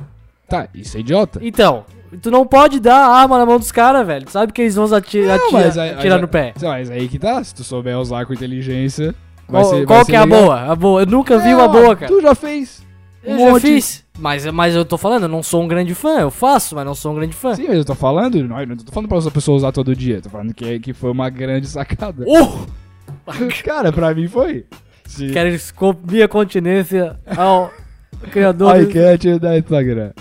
Tá, isso é idiota.
Então, tu não pode dar a arma na mão dos caras, velho. Tu sabe que eles vão ati
Não,
atira-
aí-
atirar
aí-
no pé.
Não, Mas aí que tá, se tu souber usar com inteligência, vai
Qual,
ser
qual
vai
que
ser
é a
legal.
boa? A boa. Eu nunca vi uma
Não,
boa, cara.
Tu já fez.
Eu
um
já
monte.
fiz. Mas, mas eu tô falando, eu não sou um grande fã. Eu faço, mas não sou um grande fã.
Sim, mas eu tô falando, não, eu não tô falando pra essa pessoa usar todo dia, tô falando que, que foi uma grande sacada.
Uh!
Cara, pra mim foi. Se-
Quero esco- minha continência ao criador.
A
do-
enquete da Instagram.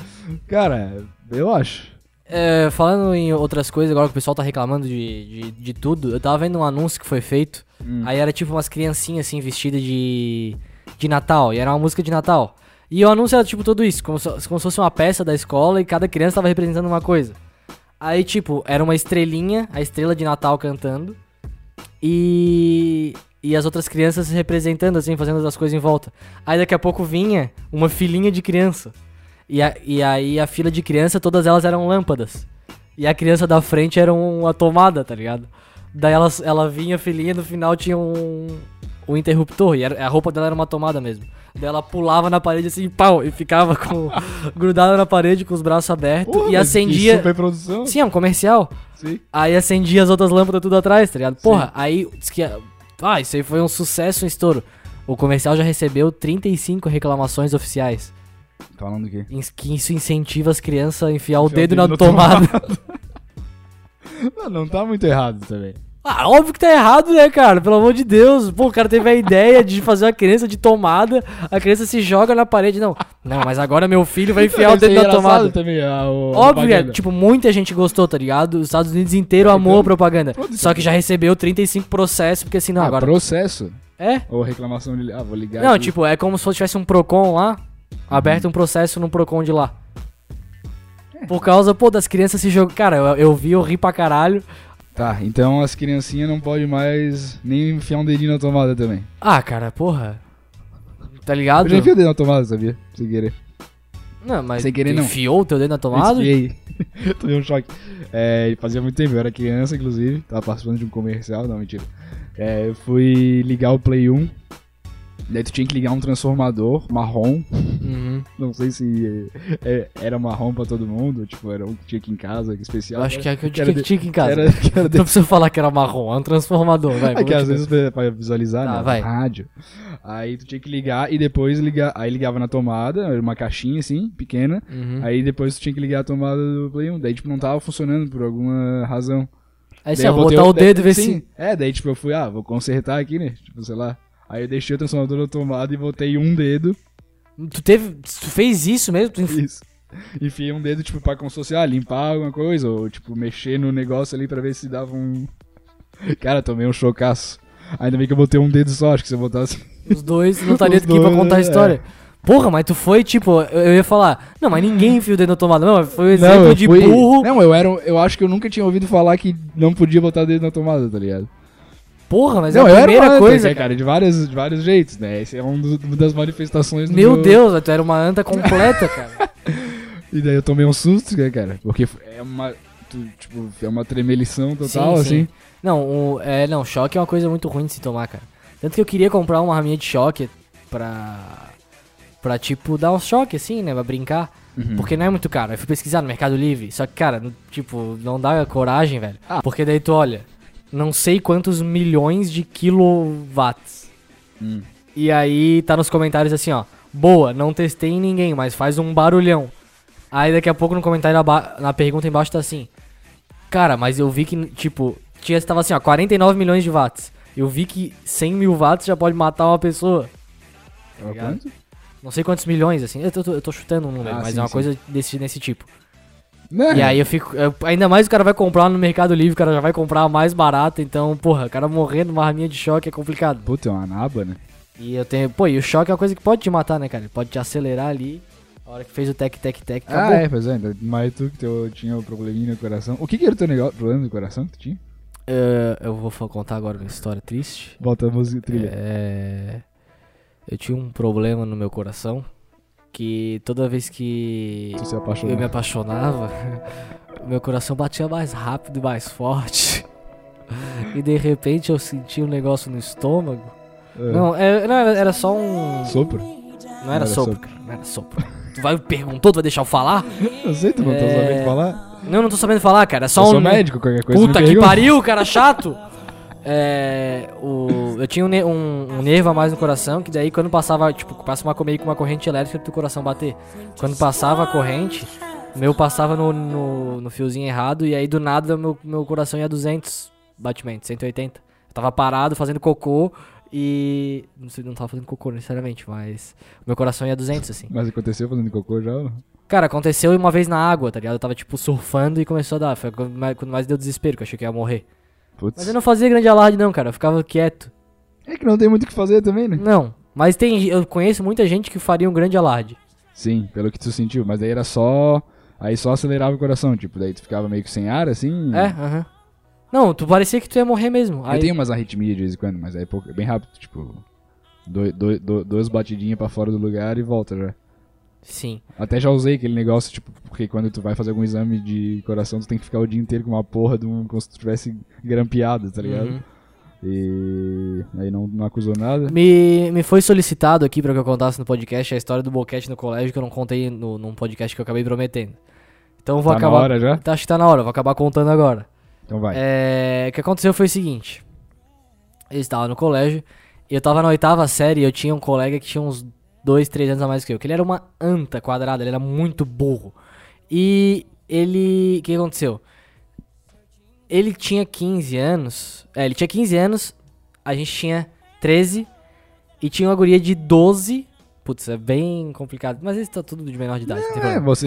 Cara, eu acho.
É, falando em outras coisas, agora que o pessoal tá reclamando de, de, de tudo, eu tava vendo um anúncio que foi feito. Aí era tipo umas criancinhas assim vestidas de, de Natal, e era uma música de Natal. E o anúncio era tipo tudo isso, como se, como se fosse uma peça da escola e cada criança tava representando uma coisa. Aí tipo, era uma estrelinha, a estrela de Natal cantando, e, e as outras crianças se representando assim, fazendo as coisas em volta. Aí daqui a pouco vinha uma filinha de criança. E, a- e aí a fila de criança, todas elas eram lâmpadas. E a criança da frente era uma tomada, tá ligado? Daí ela, ela vinha, a filhinha, no final tinha um, um interruptor. E era- a roupa dela era uma tomada mesmo. Daí ela pulava na parede assim, pau, e ficava com, grudada na parede com os braços abertos.
Porra,
e
mas
acendia.
Que super produção?
Sim, é um comercial.
Sim.
Aí acendia as outras lâmpadas tudo atrás, tá ligado? Porra, aí diz que. Ah, isso aí foi um sucesso, um estouro. O comercial já recebeu 35 reclamações oficiais.
Falando o quê?
Ins- Que isso incentiva as crianças a enfiar o
Enfiar
dedo, na tomada.
Não, não tá muito errado também.
Ah, óbvio que tá errado, né, cara? Pelo amor de Deus. Pô, o cara teve a ideia de fazer uma criança de tomada, a criança se joga na parede. Não, não, mas agora meu filho vai enfiar o
Deve ser
dedo na
engraçado
tomada.
também. A, o- a
Óbvio, é,
propaganda.
tipo, muita gente gostou, tá ligado? Os Estados Unidos inteiro amou a propaganda. Só que já recebeu 35 processos, porque assim, não,
Ah,
agora.
processo?
É?
Ou reclamação de. Ah, vou ligar.
Não,
aqui.
tipo, é como se fosse- tivesse um PROCON lá, aberto
Uhum.
um processo no PROCON de lá.
É.
Por causa, pô, das crianças se jogando. Cara, eu, eu vi, eu ri pra caralho.
Tá, então as criancinhas não podem mais nem enfiar um dedinho na tomada também.
Ah, cara, porra. Tá ligado?
Eu já enfiei o dedo na tomada, sabia? Sem querer.
Não, mas
Sem querer,
tu
não.
enfiou o teu dedo na tomada?
Enfiei. Tomei um choque. É, fazia muito tempo, eu era criança, inclusive. Tava participando de um comercial, não, mentira. É, eu fui ligar o Play 1. Daí tu tinha que ligar um transformador marrom.
Uhum.
Não sei se é, é, era marrom pra todo mundo, tipo, era um que tinha aqui em casa, que
Eu
especial.
acho que é que eu
Quero
tinha que tinha aqui em casa.
Era, que era
Não precisa falar que era marrom, é um transformador, vai.
É que
continua.
às vezes pra- pra visualizar,
Tá,
né?
vai.
Rádio. Aí tu tinha que ligar e depois ligar. Aí ligava na tomada, era uma caixinha assim, pequena.
Uhum.
Aí depois tu tinha que ligar a tomada do Play 1. Daí, tipo, não tava funcionando por alguma razão.
Aí
Daí
você
eu
vai
botei
botar o dedo e ver
sim.
se.
É, daí tipo, eu fui, ah, vou consertar aqui, né? Tipo, sei lá. Aí eu deixei o transformador na tomada e botei um dedo.
Tu teve. Tu fez isso mesmo? Tu enfi-
Isso. Enfiei um dedo, tipo, pra como se fosse, ah, limpar alguma coisa, ou tipo, mexer no negócio ali pra ver se dava um. Cara, tomei um chocaço. Ainda bem que eu botei um dedo só, acho que se eu botasse.
Os dois não estariam
Os
aqui pra
dois,
contar a
é.
história. Porra, mas tu foi, tipo, eu, eu ia falar, não, mas ninguém enfia o dedo na tomada. Não, foi um exemplo
eu
de
fui-
burro.
Não, eu era. um- Eu acho que eu nunca tinha ouvido falar que não podia botar dedo na tomada, tá ligado?
Porra, mas
não,
é a
eu
primeira
era uma anta,
coisa.
né, cara, de, vários, de vários jeitos, né? Esse é um dos- uma das manifestações do
Meu
meu
Deus, tu era uma anta completa, cara.
E daí eu tomei um susto, né, cara? Porque é uma. tu, tipo, é uma tremelição total,
Sim,
assim.
sim. Não, o, é, não, choque é uma coisa muito ruim de se tomar, cara. Tanto que eu queria comprar uma arminha de choque pra. pra, tipo, dar um choque, assim, né, pra brincar.
Uhum.
Porque não é muito caro. Eu fui pesquisar no Mercado Livre. Só que, cara, não- tipo, não dá coragem, velho.
Ah.
Porque daí tu olha, não sei quantos milhões de quilowatts.
Hum.
E aí tá nos comentários assim, ó. Boa, não testei em ninguém, mas faz um barulhão. Aí daqui a pouco no comentário, aba- na pergunta embaixo tá assim. Cara, mas eu vi que, tipo, tinha, tava assim, ó, 49 milhões de watts. Eu vi que 100 mil watts já pode matar uma pessoa.
Tava
ligado?
quanto?
Não sei quantos milhões, assim. Eu tô, eu tô chutando um número,
Ah,
mas
sim,
é uma
sim.
coisa desse, desse tipo.
Né?
E aí eu fico. eu- ainda mais o cara vai comprar no Mercado Livre, o cara já vai comprar a mais barata, então, porra, o cara morrendo numa arminha de choque é complicado.
Puta, é uma naba, né?
E eu tenho. Pô, e o choque é uma coisa que pode te matar, né, cara? Ele pode te acelerar ali. A hora que fez o tec, tec, tec, acabou.
Ah, é, pois é. ainda- Mas tu que teu, tinha um probleminha no coração. O que que era o teu negócio? Problema no coração que tu tinha?
Eh, eu vou fa- contar agora uma história triste.
Volta a música trilha.
É, eu tinha um problema no meu coração que toda vez que
Tu se
eu me
apaixonou.
apaixonava, meu coração batia mais rápido e mais forte. E de repente eu senti um negócio no estômago.
É.
Não, é- não, era, era só um.
Sopro?
Não era sopro, cara. Não era sopro. Tu vai me perguntou, tu vai deixar eu falar?
Eu sei, tu não tá
É.
sabendo falar.
Não, não tô sabendo falar, cara. É só
Eu
um.
sou médico, qualquer coisa.
Puta
me
que
pergunta.
pariu, cara chato! É. O, eu tinha um, ne- um- um nervo a mais no coração, que daí quando passava, tipo, passa uma meio com uma corrente elétrica pro coração bater. Quando passava a corrente, o meu passava no, no, no fiozinho errado, e aí do nada meu, meu coração ia 200 batimentos, 180. Eu tava parado fazendo cocô e. Não sei, não tava fazendo cocô necessariamente, mas. Meu coração ia 200, assim.
Mas aconteceu fazendo cocô já ou não?
Cara, aconteceu uma vez na água, tá ligado? Eu tava, tipo, surfando e começou a dar. Foi quando mais- quando mais deu desespero, que eu achei que eu ia morrer.
Putz.
Mas eu não fazia grande alarde, não, cara. Eu ficava quieto.
É que não tem muito o que fazer também, né?
Não. Mas tem. Eu conheço muita gente que faria um grande alarde.
Sim, pelo que tu sentiu. Mas daí era só. Aí só acelerava o coração. Tipo, daí tu ficava meio que sem ar, assim.
É? Aham. Não, tu parecia que tu ia morrer mesmo.
Eu
Aí,
tenho umas arritmias de vez em quando, mas aí é pouco- é bem rápido. Tipo, dois, dois, dois, duas batidinhas pra fora do lugar e volta já.
Sim.
Até já usei aquele negócio, tipo, porque quando tu vai fazer algum exame de coração, tu tem que ficar o dia inteiro com uma porra de um. como se tu tivesse grampeado, tá ligado?
Uhum.
E. Aí não, não acusou nada.
Me, me foi solicitado aqui pra que eu contasse no podcast a história do boquete no colégio que eu não contei no, num podcast que eu acabei prometendo. Então eu vou
tá
acabar.
na hora já?
Tá, Acho que tá na hora, eu vou acabar contando agora.
Então vai.
É, o que aconteceu foi o seguinte. Eu estava no colégio, e eu estava na oitava série e eu tinha um colega que tinha uns dois, três anos a mais que eu. Que ele era uma anta quadrada, ele era muito burro. E ele. O que aconteceu? Ele tinha 15 anos. É, ele tinha 15 anos, a gente tinha 13 e tinha uma guria de 12. Putz, é bem complicado. Mas isso tá tudo de menor de idade, não tem
É,
problema.
você.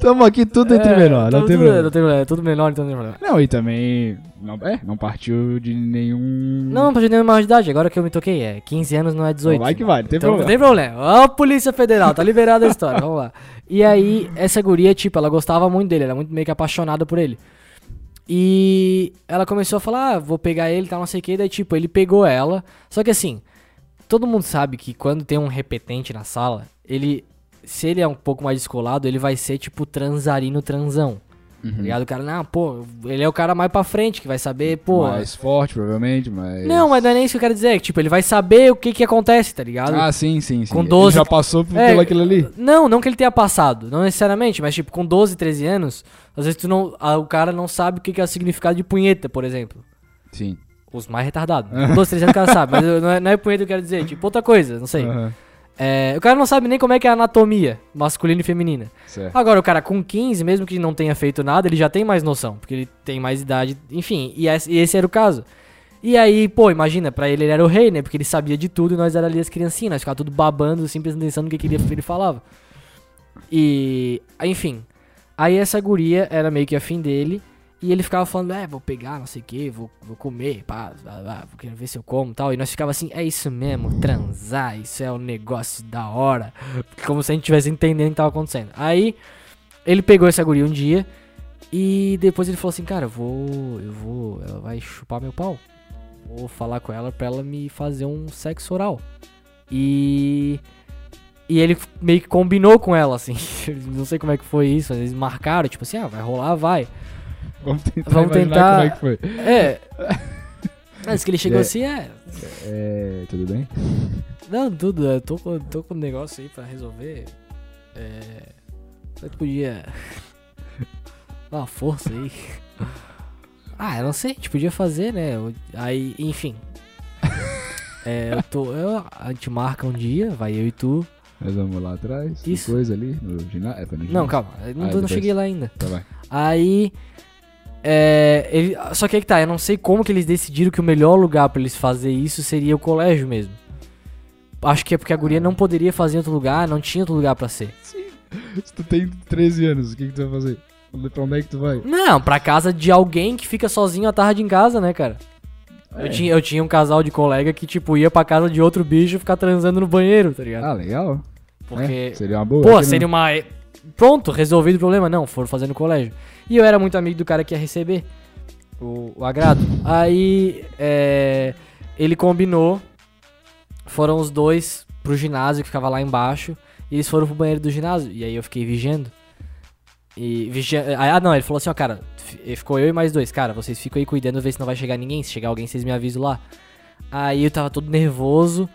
Tamo aqui tudo entre
É,
menor,
tá
não tem
tudo-
problema.
não tem problema. É tudo menor, então não tem problema.
Não, e também. Não, é, não partiu de nenhum.
Não, não precisa de menor de idade, agora que eu me toquei, é 15 anos não é 18.
vai que vai, não tem
Então, não
problema.
tem problema. Ó, a Polícia Federal, tá liberada a história, vamos lá. E aí, essa guria, tipo, ela gostava muito dele, era muito meio que apaixonada por ele. E ela começou a falar, ah, vou pegar ele, tal, não sei o que, daí, tipo, ele pegou ela. Só que assim, todo mundo sabe que quando tem um repetente na sala, ele. Se ele é um pouco mais descolado, ele vai ser tipo transarino transão. Tá ligado? O cara, não, pô, ele é o cara mais pra frente que vai saber, pô.
Mais forte, provavelmente, mas.
Não, mas não é nem isso que eu quero dizer. que, Tipo, ele vai saber o que que acontece, tá ligado?
Ah, sim, sim, sim.
Com
Ele
12
já passou por,
É,
pelo aquilo ali.
Não, não que ele tenha passado, não necessariamente, mas tipo, com 12, 13 anos, às vezes tu não, ah, o cara não sabe o que que é o significado de punheta, por exemplo.
Sim.
Os mais retardados. Com 12, 13 anos o cara sabe, mas eu- não é, não é punheta que eu quero dizer, tipo, outra coisa, não sei.
Aham,
É, o cara não sabe nem como é que é a anatomia masculina e feminina.
Certo.
Agora, o cara com 15, mesmo que não tenha feito nada, ele já tem mais noção, porque ele tem mais idade, enfim, e esse, e esse era o caso. E aí, pô, imagina, pra ele ele era o rei, né? Porque ele sabia de tudo e nós era ali as criancinhas, nós ficava tudo babando, sem prestando atenção no que, que ele, ele falava. E, enfim, aí essa guria era meio que afim dele, E ele ficava falando, é, vou pegar, não sei o que, vou, vou comer, pá, blá, blá, vou querer ver se eu como e tal. E nós ficava assim, é isso mesmo, transar, isso é um negócio da hora. Como se a gente tivesse entendendo o que tava acontecendo. Aí, ele pegou essa guria um dia e depois ele falou assim, cara, eu vou, eu vou, ela vai chupar meu pau. Vou falar com ela pra ela me fazer um sexo oral. E... E ele meio que combinou com ela, assim. Não sei como é que foi isso, mas eles marcaram, tipo assim, ah, vai rolar, vai.
Vamos tentar
Vamos
imaginar
tentar-
como é que foi.
É. Mas que ele chegou
É.
assim, é.
É, tudo bem?
Não, tudo, eu tô com, tô com um negócio aí pra resolver. É. Você podia. Dar uma força aí. Ah, eu não sei, a gente podia fazer, né? Eu- Aí, enfim. É, eu tô. eu- a gente marca um dia, vai eu e tu.
Nós vamos lá atrás,
Isso.
depois ali, no ginásio. É, foi no
Não,
ginásio.
calma, eu não,
Ah,
tô- não
depois.
cheguei lá ainda.
Tá, vai.
Aí. É, ele, só que aí que tá, eu não sei como que eles decidiram que o melhor lugar pra eles fazer isso seria o colégio mesmo. Acho que é porque a guria não poderia fazer em outro lugar, não tinha outro lugar pra ser.
Se tu tem 13 anos, o que, que tu vai fazer? Pra onde é que tu vai?
Não, pra casa de alguém que fica sozinho à tarde em casa, né, cara?
É.
Eu, tinha, eu tinha um casal de colega que, tipo, ia pra casa de outro bicho ficar transando no banheiro, tá ligado?
Ah, legal.
Porque.
É, seria uma boa.
Pô,
aqui,
seria
né?
uma. Pronto, resolvido o problema. Não, foram fazer no colégio. E eu era muito amigo do cara que ia receber o, o agrado. Aí é, ele combinou. Foram os dois pro ginásio que ficava lá embaixo. E eles foram pro banheiro do ginásio. E aí eu fiquei vigiando. E vigia... Ah, não, ele falou assim, ó, cara, fi- ficou eu e mais dois. Cara, vocês ficam aí cuidando, ver se não vai chegar ninguém. Se chegar alguém, vocês me avisam lá. Aí eu tava todo nervoso.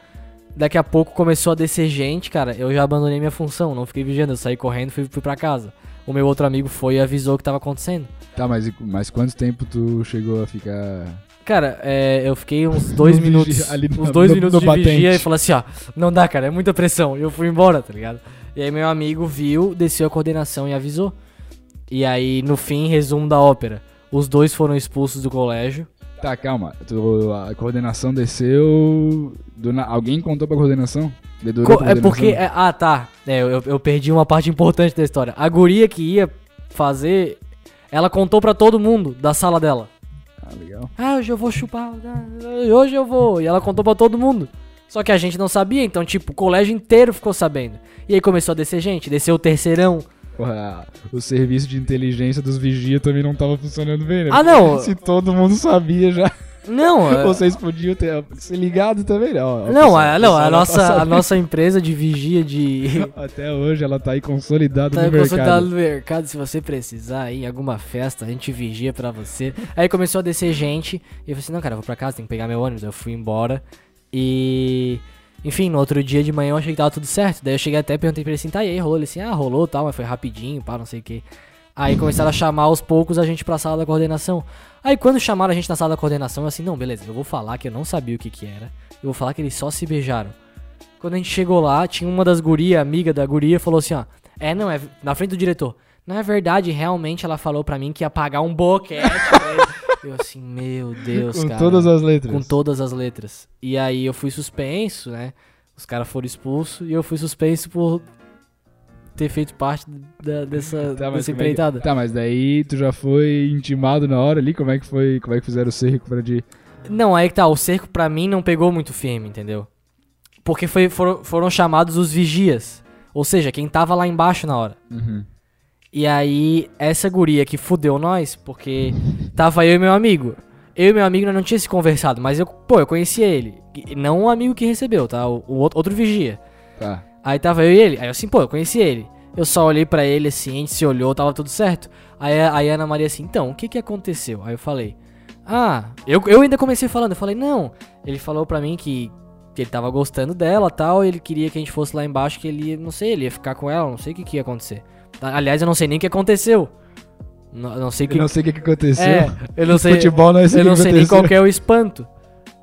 Daqui a pouco começou a descer gente, cara. Eu já abandonei minha função, não fiquei vigiando. Eu saí correndo e fui, fui pra casa. O meu outro amigo foi e avisou o que tava acontecendo.
Tá, mas, e- mas quanto tempo tu chegou a ficar.
Cara, é, eu fiquei uns dois
No vigia-
minutos.
ali
uns
na-
dois
no-
minutos
no
de vigia
batente.
e falou assim, ó, não dá, cara, é muita pressão. E eu fui embora, tá ligado? E aí meu amigo viu, desceu a coordenação e avisou. E aí, no fim, resumo da ópera. Os dois foram expulsos do colégio.
Tá, calma. Tu- a coordenação desceu. do na- Alguém contou pra coordenação? Dedurou
Co-
pra
é
coordenação?
porque. é- ah, tá. É, eu, eu perdi uma parte importante da história. A guria que ia fazer. Ela contou pra todo mundo da sala dela.
Ah, legal.
Ah, hoje eu vou chupar. ah, Hoje eu vou. E ela contou pra todo mundo. Só que a gente não sabia, então, tipo, o colégio inteiro ficou sabendo. E aí começou a descer gente, desceu o terceirão.
Porra, o serviço de inteligência dos vigia também não tava funcionando bem, né?
Ah, não!
Se todo mundo sabia já,
Não, é-
vocês podiam ter se ligado também, né? Ó,
não,
ó, pessoal,
a, não,
pessoal
a
já
nossa,
tá
a nossa empresa de vigia de.
sabendo. Até hoje ela tá aí consolidada
Tá
no mercado.
consultado no mercado, se você precisar ir em alguma festa, a gente vigia pra você. Aí começou a descer gente, e eu falei assim, não, cara, eu vou pra casa, tem que pegar meu ônibus. Eu fui embora, e... Enfim, no outro dia de manhã eu achei que tava tudo certo. Daí eu cheguei até e perguntei pra ele assim, tá, e aí, rolou? Ele assim, ah, rolou, tal, mas foi rapidinho, pá, não sei o que. Aí começaram a chamar aos poucos a gente pra sala da coordenação. Aí quando chamaram a gente na sala da coordenação, eu assim, não, beleza, eu vou falar que eu não sabia o que que era. Eu vou falar que eles só se beijaram. Quando a gente chegou lá, tinha uma das gurias, amiga da guria, falou assim, ó. É, não, é na frente do diretor. Na verdade, realmente ela falou pra mim que ia pagar um boquete. pra ele." eu assim, meu Deus,
Com
cara.
todas as letras.
Com todas as letras. E aí eu fui suspenso, né? Os caras foram expulsos e eu fui suspenso por ter feito parte da- dessa,
Tá,
dessa
mas como é que-
empreitada.
Tá, mas daí tu já foi intimado na hora ali? Como é que foi? Como é que fizeram o cerco pra de.
Não, aí que tá, o cerco pra mim não pegou muito firme, entendeu? Porque foi, foram, foram chamados os vigias. Ou seja, quem tava lá embaixo na hora. E aí, essa guria que fudeu nós, porque tava eu e meu amigo. Eu e meu amigo nós não tinha se conversado, mas eu, pô, eu conhecia ele. E Não o amigo que recebeu, tá? O, o outro outro vigia.
Tá.
Aí tava eu e ele. Aí eu assim, pô, eu conheci ele. Eu só olhei pra ele assim, a gente se olhou, tava tudo certo. Aí, a- aí a Ana Maria assim, então, o que que aconteceu? Aí eu falei, ah, eu, eu ainda comecei falando. Eu falei, não. Ele falou pra mim que, que ele tava gostando dela tal. Ele queria que a gente fosse lá embaixo, que ele, ia- não sei, ele ia ficar com ela, não sei o que que ia acontecer. A- Aliás, eu não sei nem o que aconteceu. Não, não sei o que.
Eu não sei o que, que aconteceu.
é, eu não sei.
Futebol não é isso
Eu
que
não sei nem
aconteceu.
qual que é o espanto.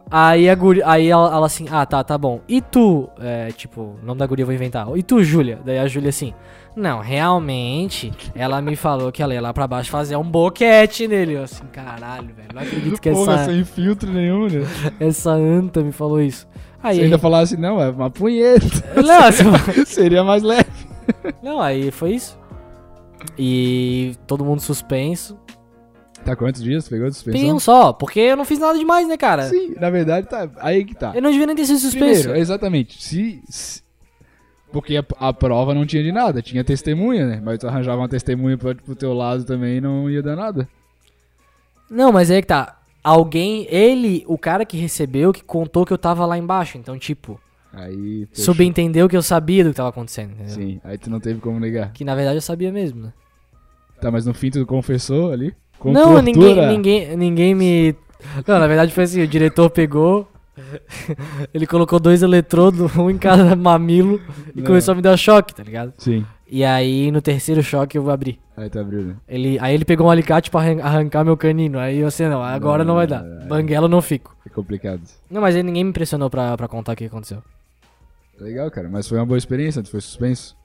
Aí, a guri, aí ela, ela assim, ah, tá, tá bom. E tu, é, tipo, o nome da guria eu vou inventar. E tu, Júlia? Daí a Júlia assim, não, realmente, ela me falou que ela ia lá pra baixo fazer um boquete nele. Eu assim, caralho, velho, não acredito é que
Porra,
essa,
sem filtro nenhum, né?
essa anta me falou isso. Aí,
Se ainda falasse, não, é uma punheta.
não, assim,
Seria mais leve.
não, aí foi isso. E todo mundo suspenso.
Tá quantos dias? Pegou a
Peguei
suspensão?
um só, porque eu não fiz nada demais, né, cara?
Sim, na verdade tá. Aí que tá.
Eu não devia nem ter sido suspenso.
Primeiro, exatamente. Se, se- Porque a, a prova não tinha de nada, tinha testemunha, né? Mas tu arranjava uma testemunha pro, pro teu lado também e não ia dar nada.
Não, mas aí que tá. Alguém, ele, o cara que recebeu, que contou que eu tava lá embaixo. Então, tipo,
Aí. fechou.
subentendeu que eu sabia do que tava acontecendo, entendeu?
Sim, aí tu não teve como negar.
Que na verdade eu sabia mesmo, né?
Tá, mas no fim tu confessou ali? Com
não,
tortura.
ninguém, ninguém, ninguém me. Não, na verdade foi assim: o diretor pegou, ele colocou dois eletrodos, um em cada mamilo, e
Não.
começou a me dar choque, tá ligado?
Sim,
E aí no terceiro choque eu abri.
aí tu abriu, né?
Ele, aí ele pegou um alicate pra arran- arrancar meu canino. Aí eu assim, não, agora não vai dar.
Ah.
Banguela eu não fico.
É complicado.
Não, mas aí ninguém me impressionou pra, pra contar o que aconteceu.
Tá legal, cara, mas foi uma boa experiência, tu foi suspenso?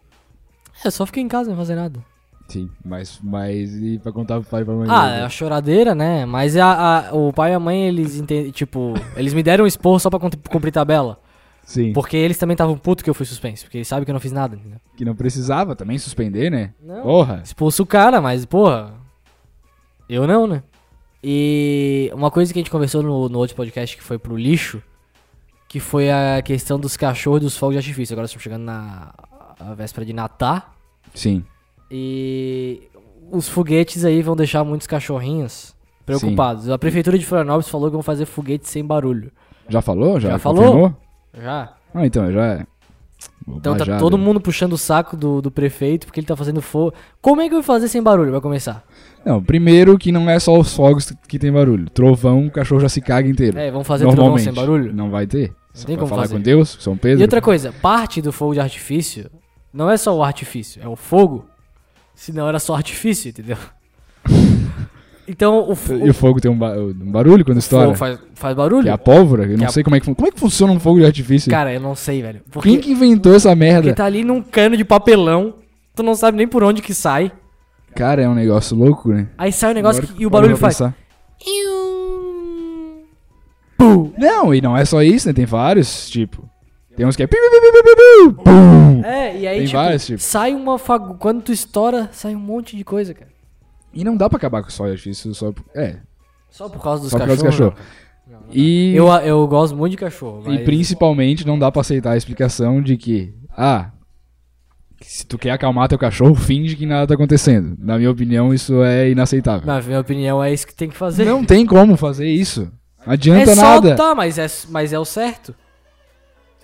É, eu só fiquei em casa, não fazer nada.
Sim, mas, mas e pra contar pro pai e pra mãe?
Ah,
dele?
é a choradeira, né? Mas a, a- o pai e a mãe, eles entendem, tipo, eles me deram um expor só pra cumpri- cumprir tabela.
Sim,
Porque eles também estavam puto que eu fui suspenso, porque eles sabem que eu não fiz nada, entendeu?
que não precisava também suspender, né?
Não.
Porra!
Expulso o cara, mas, porra. Eu não, né? E uma coisa que a gente conversou no, no outro podcast que foi pro lixo, que foi a questão dos cachorros e dos fogos de artifício. Agora estamos chegando na a véspera de Natal.
Sim,
E os foguetes aí vão deixar muitos cachorrinhos preocupados. A prefeitura de Florianópolis falou que vão fazer foguetes sem barulho.
já falou? Já,
Já falou?
confirmou?
Já?
Ah, então, já é.
Então tá
Bobajada,
todo
né?
mundo puxando o saco do, do prefeito porque ele tá fazendo fogo. Como é que eu vou fazer sem barulho? Vai começar.
Não, primeiro que não é só os fogos que tem barulho. Trovão, o cachorro já se caga inteiro.
É, vão fazer trovão
Normalmente.
sem barulho?
Não vai ter.
Não
Você
tem
vai
como
falar
fazer.
com Deus, com São Pedro.
E outra coisa, parte do fogo de artifício não é só o artifício, é o fogo. Senão era só artifício, entendeu? Então o, fo-
E o fogo tem um, ba- um barulho quando estoura.
fogo faz, faz
Que é a
barulho?
pólvora. Eu
Que
não
a-
sei como é que fun- Como é que funciona um fogo de artifício?
Cara, eu não sei, velho. Porque,
Quem que inventou essa merda?
porque tá ali num cano de papelão, tu não sabe nem por onde que sai.
Cara, é um negócio louco, né?
Aí sai o negócio
Agora
que- e o
parou
barulho
pra
faz.
pensar.
Iu.
Não, e não é só isso, né? Tem vários, tipo. Tem uns que é. pi, pi, pi, pi, pi, pi, pum.
É, e aí
Tem
tipo,
vários tipos.
sai uma fagu... Quando tu estoura, sai um monte de coisa, cara.
E não dá pra acabar com o sol de artifício só. por- É,
Só por causa dos
só por
cachorros. né?
causa dos cachorros. E.
Eu, eu gosto muito de cachorro.
E
mas-
principalmente não dá pra aceitar a explicação de que, ah, se tu quer acalmar teu cachorro, finge que nada tá acontecendo. Na minha opinião, isso é inaceitável.
Na minha opinião, é isso que tem que fazer.
Não tem como fazer isso. Não
é
adianta
só
nada.
tá, mas é, mas é o certo.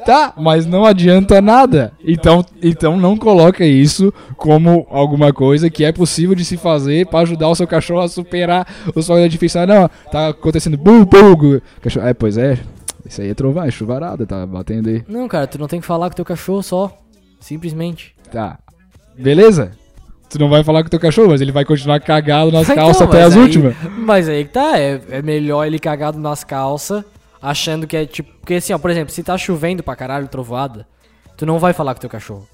Tá, mas não adianta nada. Então, então não coloca isso como alguma coisa que é possível de se fazer pra ajudar o seu cachorro a superar o sol difícil. Ah, não, tá acontecendo bu, bu, gu. Cachorro, é, pois é. Isso aí é trovão, é chuvarada, tá batendo aí.
Não, cara, tu não tem que falar com teu cachorro só. Simplesmente.
Tá. Beleza? Tu não vai falar com o teu cachorro, mas ele vai continuar cagado nas
Então,
calças até
mas
as
aí-
últimas.
Mas aí que tá, é, é melhor ele cagado nas calças, achando que é tipo. Porque assim, ó, por exemplo, se tá chovendo pra caralho, trovoada, tu não vai falar com teu cachorro.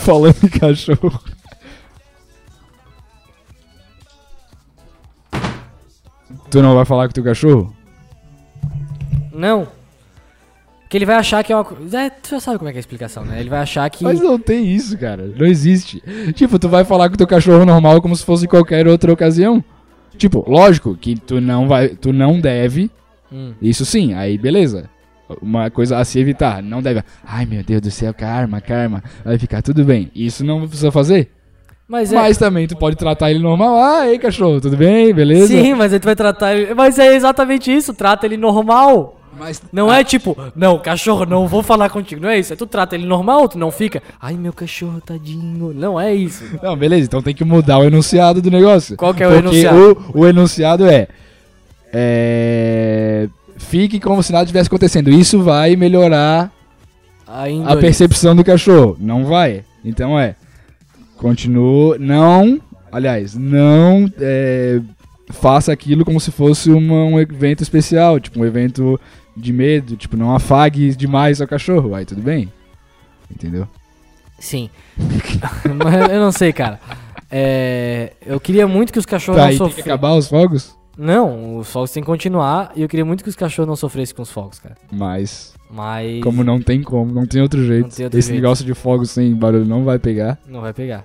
Falando em cachorro. Tu não vai falar com o teu cachorro?
Não. Porque ele vai achar que é uma. co- É, tu já sabe como é que é a explicação, né? Ele vai achar que.
Mas é- não tem isso, cara. Não existe. Tipo, tu vai falar com o teu cachorro normal como se fosse qualquer outra ocasião. Tipo, lógico que tu não vai, tu não deve.
Hum.
Isso sim, aí beleza. Uma coisa a se evitar, não deve. Ai meu Deus do céu, karma, karma. Vai ficar tudo bem. Isso não precisa fazer.
Mas é.
Mas também tu pode tratar ele normal. Ah, ei, cachorro, tudo bem? Beleza?
Sim, mas aí tu vai tratar ele. Mas é exatamente isso, trata ele normal.
Mas
Não é tipo, não, cachorro, não vou falar contigo. Não é isso. É tu trata ele normal, tu não fica. Ai, meu cachorro, tadinho. Não é isso.
Não, beleza, então tem que mudar o enunciado do negócio.
Qual que é o
Porque
enunciado?
O, o enunciado é, é. Fique como se nada estivesse acontecendo. Isso vai melhorar
Ainda.
a percepção do cachorro. Não vai. Então é. Continua. Não. Aliás, não é, faça aquilo como se fosse uma- um evento especial, tipo um evento de medo. Tipo, não afague demais ao cachorro. Aí tudo bem. Entendeu?
Sim. mas eu não sei, cara. É, eu queria muito que os cachorros
Tá,
não
e tem que
sofressem.
acabar os fogos?
Não, os fogos tem que continuar. E eu queria muito que os cachorros não sofressem com os fogos, cara.
Mas.
Mas.
Como não tem como, não tem outro jeito.
Não tem outro
Esse
jeito.
negócio de fogo sem barulho não vai pegar.
Não vai pegar.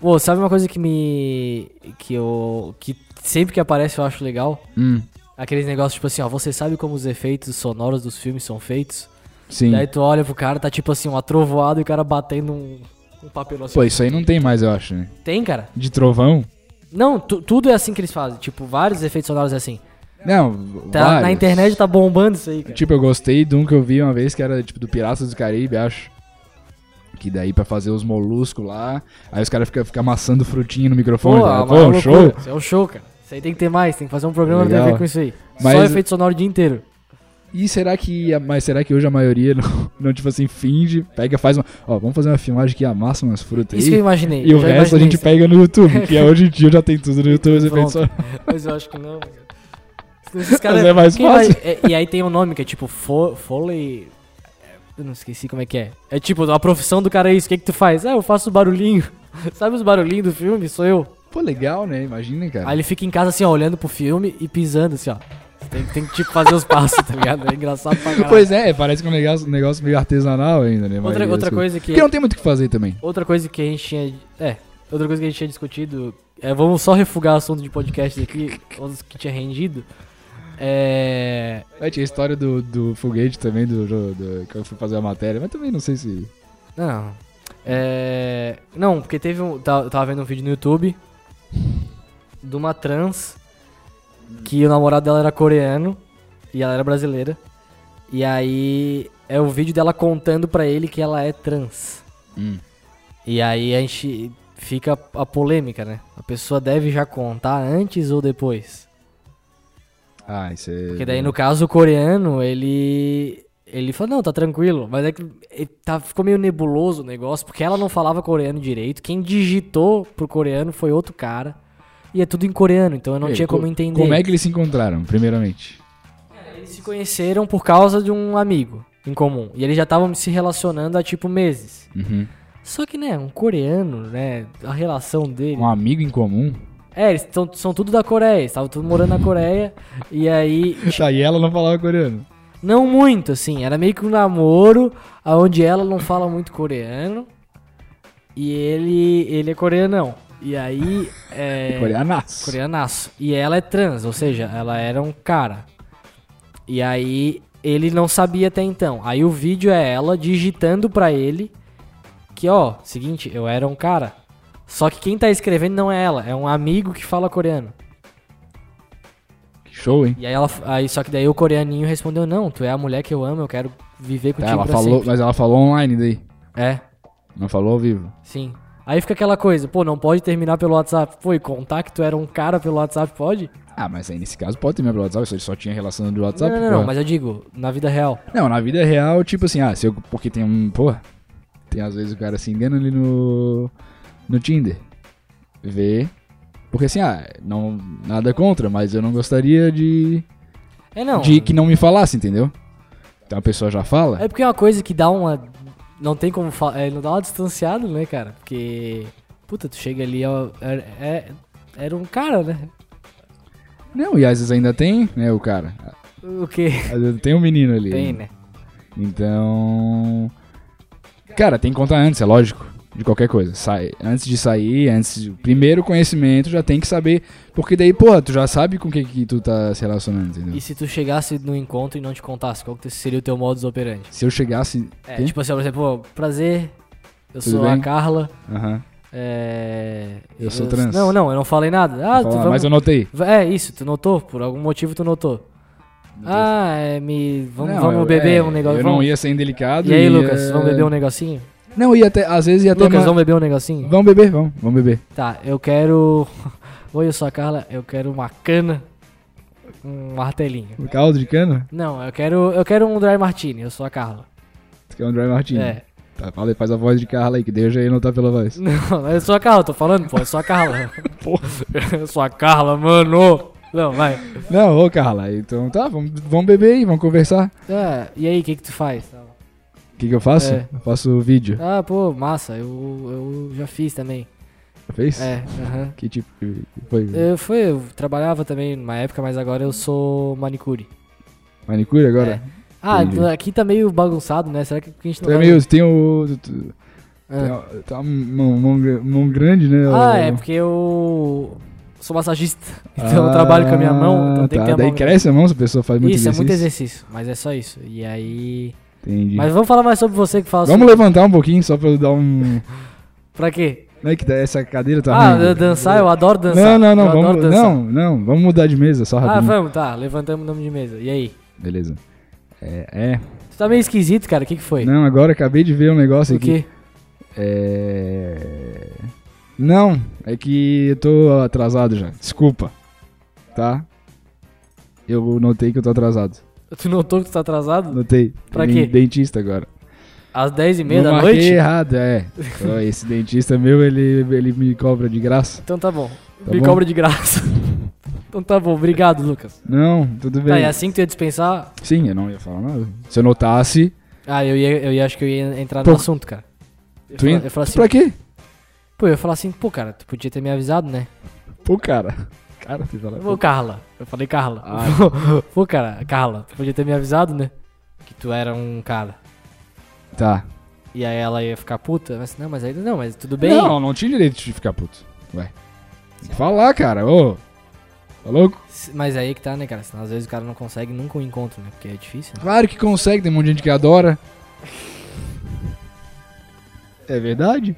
Pô, sabe uma coisa que me. que eu. que sempre que aparece eu acho legal.
Hum,
Aqueles negócios tipo assim, ó, você sabe como os efeitos sonoros dos filmes são feitos?
sim.
Daí tu olha pro cara, tá tipo assim, uma trovoada e o cara batendo um, um papelão assim.
Pô, isso aí não tem mais, eu acho, né?
Tem, cara?
De trovão?
Não, tu- tudo é assim que eles fazem. Tipo, vários efeitos sonoros é assim.
Não,
Tá- na
vários.
internet tá bombando isso aí, cara.
Tipo, eu gostei de um que eu vi uma vez que era tipo do Piratas do Caribe, acho. Que daí pra fazer os moluscos lá. Aí os caras ficam fica amassando frutinha no microfone.
Pô, é
tá?
uma
Pô,
loucura.
show.
Isso é um show, cara. Isso aí tem que ter mais, tem que fazer um programa
Legal.
da TV com isso aí. Só
Mas-
efeito sonoro o dia inteiro.
E será que. a- Mas será que hoje a maioria não, não, tipo assim, finge, pega, faz uma. Ó, vamos fazer uma filmagem que amassa umas frutas
Isso que eu
aí.
imaginei.
E
eu
o
já
resto a
imaginei
gente
isso.
pega no YouTube, que é hoje em dia já tem tudo no YouTube, os efeitos
Pronto.
sonoros.
Mas eu acho que não. cara. Senão Esses caras.
Mas é mais
quem vai-
fácil.
é- e aí tem um nome que é tipo fo, Foley. Eu não esqueci como é que é. É tipo, a profissão do cara é isso. O que, que tu faz? Ah, eu faço barulhinho. Sabe os barulhinhos do filme? Sou eu.
Pô, legal, né? Imagina, cara.
Aí ele fica em casa assim, ó, olhando pro filme e pisando assim, ó. Você Tem, tem que tipo fazer os passos, tá ligado? É engraçado pra caralho.
Pois é, parece que é um negócio, um negócio meio artesanal ainda, né?
outra,
Maria?
outra
Isso-
coisa que.
Porque não tem muito o que fazer também.
Outra coisa que a gente tinha. É, outra coisa que a gente tinha discutido. É, vamos só refugar o assunto de podcast aqui, outros que tinha rendido. É.
É, tinha a história do, do foguete também, do, do, do- que eu fui fazer a matéria, mas também não sei se.
Não. É. Não, porque teve um. tá- Eu tava vendo um vídeo no YouTube de uma trans que o namorado dela era coreano e ela era brasileira. E aí é o vídeo dela contando pra ele que ela é trans. Hum. E aí a gente fica a polêmica, né? A pessoa deve já contar antes ou depois.
Ah, isso é.
Porque daí no caso o coreano, ele ele falou, não, tá tranquilo, mas é que é, tá, ficou meio nebuloso o negócio, porque ela não falava coreano direito, quem digitou pro coreano foi outro cara. E é tudo em coreano, então eu não
Ei,
tinha como
co-
entender.
Como é que eles se encontraram, primeiramente?
Eles se conheceram por causa de um amigo em comum. E eles já estavam se relacionando há tipo meses.
Uhum.
Só que, né, um coreano, né, a relação dele.
Um amigo em comum?
É, eles tão- são tudo da Coreia, eles estavam tudo morando na Coreia. e aí,
Tá, e ela não falava coreano.
Não muito, assim. Era meio que um namoro, onde ela não fala muito coreano. E ele. ele é coreanão. E aí. É,
Coreanaço.
Coreanaço. E ela é trans, ou seja, ela era um cara. E aí ele não sabia até então. Aí o vídeo é ela digitando pra ele que, ó, seguinte, eu era um cara. Só que quem tá escrevendo não é ela, é um amigo que fala coreano.
Que show, hein?
E aí ela. Aí, só que daí o coreaninho respondeu: Não, tu é a mulher que eu amo, eu quero viver
Tá,
contigo.
ela
pra
falou, né?
sempre."
mas ela falou online daí.
É,
Não falou ao vivo.
sim. Aí fica aquela coisa, pô, não pode terminar pelo WhatsApp. Pô, e contar que tu era um cara pelo WhatsApp, pode?
Ah, mas aí nesse caso pode ter pelo WhatsApp, se ele só tinha relação do
Não,
WhatsApp.
não, não,
porra.
não, mas eu digo, na vida real.
Não, na vida real, tipo assim, ah, se eu, porque tem um, porra, tem às vezes o cara se engana ali no no Tinder. Vê. Porque assim, ah, não nada contra, mas eu não gostaria de
É não.
de que não me falasse, entendeu? Então a pessoa já fala?
É porque é uma coisa que dá uma. Não tem como falar. não dá uma distanciada, né, cara? Porque. Puta, tu chega ali, ó, é- é- era um cara, né?
Não, e às vezes ainda tem, né, o cara.
O quê?
Às vezes tem um menino ali.
Tem, né?
Então. Cara, tem que contar antes, é lógico. De qualquer coisa. Sai, antes de sair, antes de, primeiro conhecimento, já tem que saber. Porque daí, porra, tu já sabe com o que, que tu tá se relacionando, entendeu?
E se tu chegasse no encontro e não te contasse, qual que seria o teu modus operandi?
Se eu chegasse.
É,
Quê?
tipo assim, por exemplo, ó, prazer, eu
Tudo
sou a
bem?
Carla.
Aham.
É...
Eu sou trans.
Não, não, eu não falei nada. Ah, tu
Falar,
vamos...
Mas eu notei.
Va- É isso, tu notou? Por algum motivo tu notou. Ah, é, me... vamos,
Não,
vamos
eu-
beber
é,
um negócio.
Eu não
vamos...
ia é. ser indelicado.
E aí,
ia-
Lucas, vamos beber um negocinho?
Não, ia até. Às vezes ia até.
Lucas,
ma-
vamos beber um negocinho?
Vamos beber, vamos, vamos beber.
Tá, eu quero... Oi, eu sou a Carla, eu quero uma cana com um martelinho.
Um caldo de cana?
Não, eu quero, eu quero um dry martini, eu sou a Carla.
Tu quer um dry martini?
É.
Tá, fala aí, faz a voz de Carla aí, que deixa aí notar pela voz.
Não, eu sou a Carla, tô falando, pô, eu sou a Carla. eu sou a Carla, mano. Não, vai.
Não, ô Carla, então tá, vamos, vamos beber aí, vamos conversar.
Ah, e aí, o que que tu faz?
O que, que eu faço?
É.
Eu faço vídeo.
Ah, pô, massa, eu, eu já fiz também.
Fez?
É, aham.
Que tipo de- foi?
Eu, fui, eu trabalhava também numa época, mas agora eu sou manicure.
Manicure agora?
Ah,
Entendi.
então aqui tá meio bagunçado, né? Será que a gente não
Tu é
vai-
meio, tem o... Tu, tu,
Ah,
um, Tá mão, mão, mão grande, né?
Ah,
o-
é porque eu... sou massagista, então eu trabalho com a minha mão, então tem que
Ah, tá,
ter a
Daí
mão.
cresce a mão se a pessoa faz muito
isso, é
exercício.
muito exercício, mas é só isso. E aí.
Entendi.
Mas vamos falar mais sobre você que fala
Vamos
sobre...
levantar um pouquinho só pra eu dar um.
Pra quê?
Não é que dá- essa cadeira tá
ah,
ruim.
eu dançar, eu adoro dançar.
Não, não, não,
eu adoro
vamos,
dançar.
não, não, vamos mudar de mesa só
Ah,
rapidinho.
vamos, tá, levantamos o nome de mesa. E aí?
Beleza. É, é.
Tu tá meio esquisito, cara, o que que foi?
Não, agora acabei de ver um negócio
o quê?
aqui. É. Não, é que eu tô atrasado já. Desculpa. Tá? Eu notei que eu tô atrasado.
Tu notou que tu tá atrasado?
Notei.
Pra
Tem
quê?
Dentista agora.
Às 10h30
Eu
da
marquei
noite?
errado, é. Ó, Esse dentista meu, ele, ele me cobra de graça.
Então tá bom.
Tá
Me
bom?
cobra de graça. então tá bom, obrigado, Lucas.
Não, tudo bem.
Tá, e assim que tu ia dispensar.
Sim, eu não ia falar nada. Se eu notasse.
Ah, eu ia, eu ia acho que eu ia entrar no
Pô.
assunto, cara. Eu
Tu
ia falar- eu
ia-
ia falar assim,
Pra quê?
pô, eu ia falar assim, pô, cara, tu podia ter me avisado, né?
Pô, cara. Cara, você fala.
Ô, Carla. Eu falei Carla.
Ah.
Pô, cara, Carla, tu podia ter me avisado, né? Que tu era um cara.
Tá.
E aí ela ia ficar puta, mas não, mas aí não, mas tudo bem.
Não, não tinha direito de ficar puto. Ué. Tem que falar, cara. Ô. Tá louco?
S- Mas aí que tá, né, cara? Senão às vezes o cara não consegue nunca um encontro, né? Porque é difícil, né?
Claro que consegue, tem um monte de gente que adora. É verdade.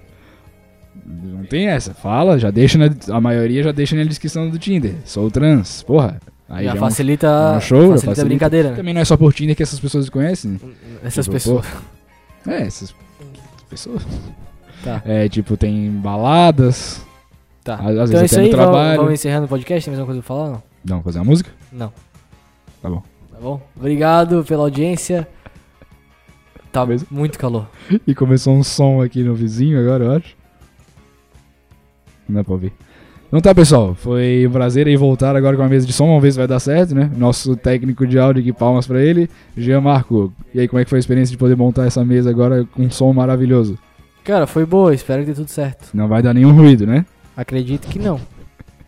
Não tem essa. Fala, já deixa na, a maioria já deixa na descrição do Tinder. Sou trans, porra. Aí
já
já é um-
facilita,
é um show, já
facilita a
facilita.
brincadeira, né?
Também não é só por Tinder que essas pessoas conhecem.
Essas
Tipo,
pessoas.
pô, é, essas pessoas.
Tá.
É, tipo, tem baladas.
Tá.
Às- às
então é
vezes
isso
até no
aí, vamos-
trabalho.
vamos encerrando o podcast. Tem mais alguma coisa pra falar ou não?
Não, fazer uma música?
Não.
Tá bom.
Tá bom? Obrigado pela audiência. Tá
Mesmo?
muito calor.
E começou um som aqui no vizinho agora, eu acho. Não dá pra ouvir. Então tá, pessoal. Foi um prazer aí voltar agora com a mesa de som. Vamos ver se vai dar certo, né? Nosso técnico de áudio aqui, palmas pra ele. Jean Marco. E aí, como é que foi a experiência de poder montar essa mesa agora com um som maravilhoso?
Cara, foi boa. Espero que dê tudo certo.
Não vai dar nenhum ruído, né?
Acredito que não.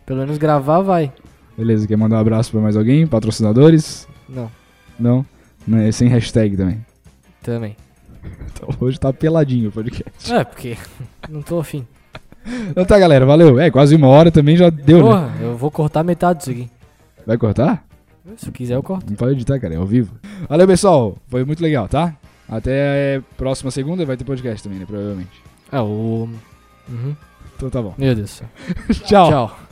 Pelo menos gravar vai.
Beleza, quer mandar um abraço pra mais alguém? Patrocinadores?
Não,
Não? Não, é sem hashtag também.
também.
Então, hoje tá peladinho o podcast.
É, porque não tô afim.
Então tá, galera. Valeu. É, quase uma hora também já deu, né?
Porra, eu vou cortar metade disso aqui.
Vai cortar?
Se eu quiser, eu corto.
Não pode editar, cara, é ao vivo. Valeu, pessoal. Foi muito legal, tá? Até eh, próxima segunda vai ter podcast também, né? Provavelmente.
É, o. Uhum.
Então tá bom.
Meu Deus.
Tchau.
Tchau.